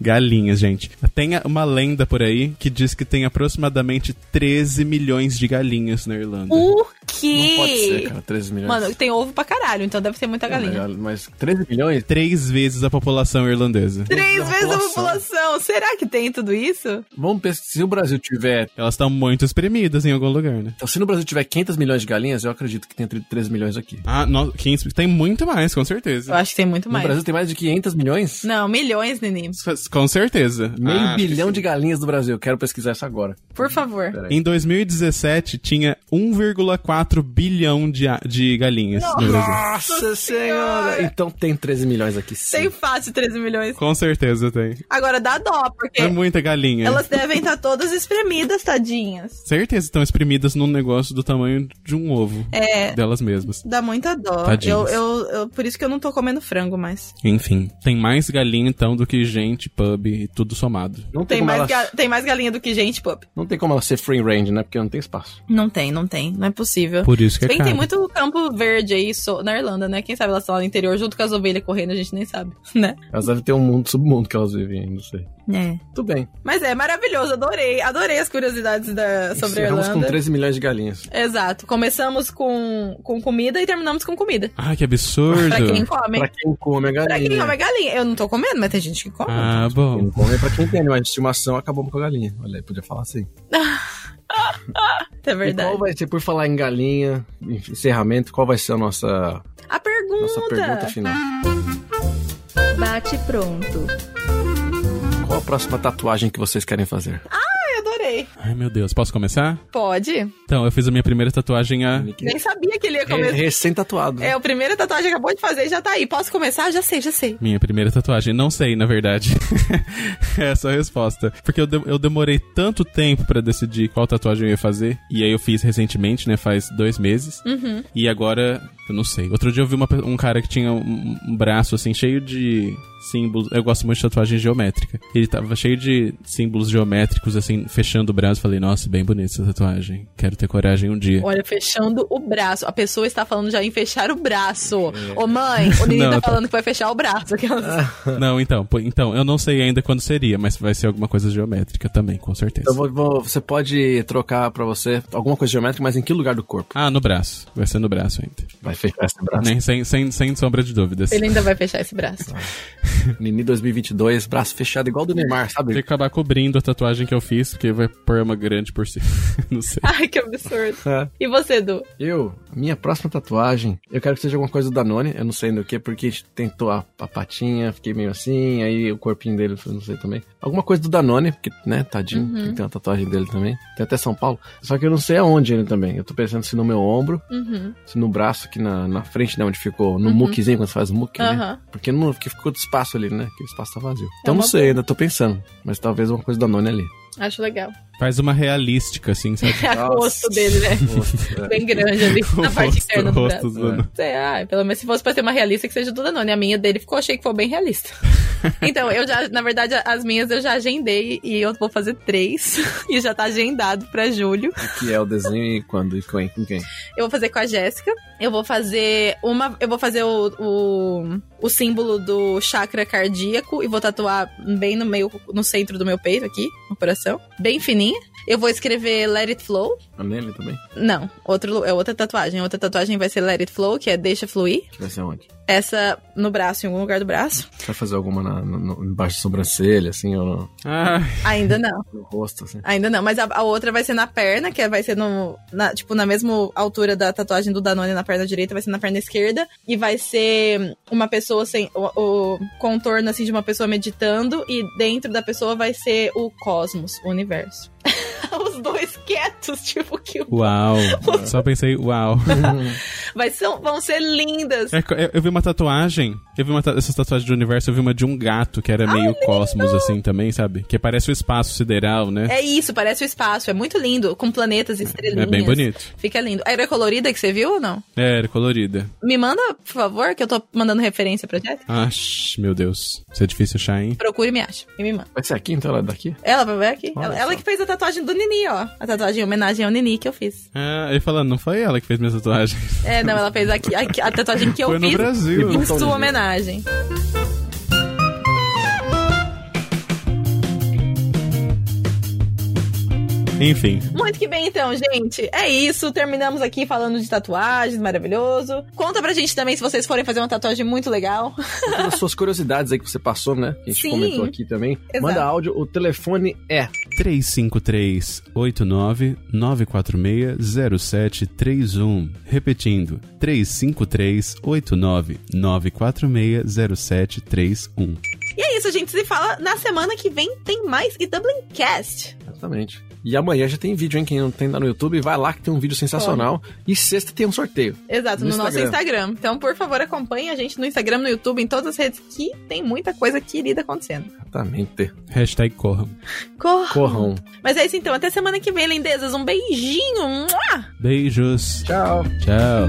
Galinhas, gente. Tem a- uma lenda por aí que diz que tem aproximadamente 13 milhões de galinhas na Irlanda. O Não quê? pode ser, cara, 13 milhões. Mano, tem ovo pra caralho, então deve ter muita galinha. É, mas 13 milhões? Três vezes a população irlandesa. Três Da vezes a é população. população. Será que tem tudo isso? Vamos pensar, se o Brasil tiver. Elas estão muito espremidas em algum lugar, né? Então, se no Brasil tiver 500 milhões de galinhas, eu acredito que tenha 13 milhões aqui. Ah, no, 15, tem muito mais, com Eu certeza. acho que tem muito No mais. Brasil tem mais de 500 milhões? Não, milhões, neném. Com certeza. Meio Ah, acho que bilhão sim. de galinhas do Brasil. Quero pesquisar isso agora. Por favor. Peraí. Em 2017, tinha 1,4 bilhão de, a- de galinhas no Brasil. Nossa senhora! Então tem 13 milhões aqui. Sim. Tem fácil 13 milhões. Com certeza tem. Agora dá dó, porque É muita galinha. elas devem estar todas espremidas, tadinhas. Certeza estão espremidas num negócio do tamanho de um ovo. É. Delas mesmas. Dá muita dó. Eu, Tadinhas. eu, eu- por isso que eu não tô comendo frango mais. Enfim, tem mais galinha então do que gente, pub e tudo somado. Não tem, Tem como mais, elas, ga- tem mais galinha do que gente, pop. não tem tem como ela ser free range, né? Porque não tem espaço. Não tem, não tem. Não é possível. Por isso Se que é bem que tem caro. muito campo verde aí so- na Irlanda, né? Quem sabe elas estão lá no interior junto com as ovelhas correndo, a gente nem sabe, né? Elas devem ter um mundo submundo que elas vivem, não sei. É. Tudo bem. Mas é maravilhoso, adorei. Adorei as curiosidades da... sobre a Encerramos Irlanda. com 13 milhões de galinhas. Exato. Começamos com, com comida e terminamos com comida. Ai, que absurdo. Pra quem come. Pra quem come a Pra galinha. quem come é galinha. Eu não tô comendo, mas tem gente que come. Ah, bom. Quem come é pra quem tem animais de estimação, acabamos com a galinha. Olha aí, podia falar assim. É E verdade. qual vai ser, por falar em galinha, em encerramento, qual vai ser a nossa, A pergunta. nossa pergunta final? Bate pronto. Qual a próxima tatuagem que vocês querem fazer? Ai, adorei. Ai, meu Deus. Posso começar? Pode? Então, eu fiz a minha primeira tatuagem há... Nem sabia que ele ia É, começar. recém-tatuado. É, o primeiro tatuagem que acabou de fazer e já tá aí. Posso começar? Já sei, já sei. Minha primeira tatuagem. Não sei, na verdade. Essa é a resposta. Porque eu, de- eu demorei tanto tempo pra decidir qual tatuagem eu ia fazer. E aí eu fiz recentemente, né? Faz dois meses. Uhum. E agora, eu não sei. Outro dia eu vi uma pe- um cara que tinha um, um braço, assim, cheio de símbolos. Eu gosto muito de tatuagem geométrica. Ele tava cheio de símbolos geométricos, assim, fechando o braço. Falei, nossa, bem bonita essa tatuagem. Quero ter coragem um dia. Olha, fechando o braço. A pessoa está falando já em fechar o braço. Ô mãe, o menino Não, tá eu tô- falando que vai fechar o braço. Aquelas... Não, então, pô, então, eu não sei ainda quando seria, mas vai ser alguma coisa geométrica também, com certeza. Então vou- vou- você pode trocar pra você alguma coisa geométrica, mas em que lugar do corpo? Ah, no braço. Vai ser no braço ainda. Vai fechar esse braço. Nem, sem, sem, sem sombra de dúvidas. Tá. Ele ainda vai fechar esse braço. Nini 2022, braço fechado igual do Neymar, Tem que sabe? acabar cobrindo a tatuagem que eu fiz, porque vai pôr uma grande por cima. não sei. Ai, que absurdo. É. E você, Edu? Eu, minha próxima tatuagem, eu quero que seja alguma coisa do Danone, eu não sei ainda o que, porque a gente tentou a, a patinha, fiquei meio assim, aí o corpinho dele, eu não sei também. Alguma coisa do Danone, porque, né, tadinho, que tem uma tatuagem dele também. Tem até São Paulo. Só que eu não sei aonde ele também. Eu tô pensando se no meu ombro, Uhum. se no braço, aqui na, na frente, né, onde ficou, no muquezinho, quando você faz muque, né? Aham. Porque não, porque ficou espaço ali, né? Que o espaço tá vazio. É Então uma não sei, boa. ainda tô pensando. Mas talvez uma coisa do Danone ali. Acho legal. Faz uma realística, assim, sabe? É a rosto dele, né? Bem grande ali O na parte interna do braço. do- É. Sei, ai, pelo menos se fosse pra ter uma realista que seja do Danone. A minha dele ficou, achei que foi bem realista. Então, eu já, na verdade, as minhas eu já agendei e eu vou fazer três. E já tá agendado pra julho. O que é o desenho e quando e quem, com quem? Eu vou fazer com a Jéssica. Eu vou fazer uma. Eu vou fazer o, o, o símbolo do chakra cardíaco e vou tatuar bem no meio, no centro do meu peito aqui, no coração. Bem fininha. Eu vou escrever Let It Flow. Nele também? Não, outro, é outra tatuagem. Outra tatuagem vai ser Let It Flow, que é Deixa Fluir. Que vai ser onde? Essa no braço, em algum lugar do braço. Você vai fazer alguma na, no- no- embaixo da sobrancelha, assim, ou no, É. Ah, Ainda não, no rosto, assim? ainda não. Mas a, a outra vai ser na perna, que é, vai ser no. na- tipo, na mesma altura da tatuagem do Danone na perna direita, vai ser na perna esquerda. E vai ser uma pessoa sem. O, o contorno assim de uma pessoa meditando. E dentro da pessoa vai ser o cosmos, o universo. Os dois quietos, tipo, que uau. Só pensei, uau. vai ser, vão ser lindas. É, co- eu- eu vi uma tatuagem, eu vi uma ta- essas tatuagens do universo, eu vi uma de um gato que era Ah, meio cosmos, assim, também, sabe? Que parece o espaço sideral, né? É isso, parece o espaço. É muito lindo, com planetas e É, estrelinhas. bem bonito. Fica lindo. Era colorida que você viu ou não? É, era colorida. Me manda, por favor, que eu tô mandando referência pra Jéssica. Ash, meu Deus. Isso é difícil achar, hein? Procure e me acha. E me manda. Vai ser aqui, então, ela é daqui? Ela vai ver aqui. Olha Ela, só. ela que fez a tatuagem do Nini, ó. A tatuagem em homenagem ao Nini que eu fiz. Ah, eu falando, não foi ela que fez minha tatuagem. É, não, ela fez aqui, aqui- a tatuagem que eu foi no fiz Brasil. em sua homenagem. Enfim, Muito que bem, então, gente. É isso. Terminamos aqui falando de tatuagens, maravilhoso. Conta pra gente também se vocês forem fazer uma tatuagem muito legal. Todas as suas curiosidades aí que você passou, né? Que a gente Sim. comentou aqui também. Exato. Manda áudio, o telefone é. 353-89-946-0731. Repetindo, 353-89-946-0731. E é isso, a gente se fala na semana que vem tem mais e Dublin Cast. Exatamente. E amanhã já tem vídeo, hein? Quem não tem lá no YouTube, vai lá que tem um vídeo sensacional. E sexta tem um sorteio. Exato, No no, nosso Instagram. Então, por favor, acompanhe a gente no Instagram, no YouTube, em todas as redes que tem muita coisa querida acontecendo. Exatamente. Hashtag corram. Corra! Corram. Mas é isso então, até semana que vem, lindezas. Um beijinho! Mua! Beijos. Tchau. Tchau.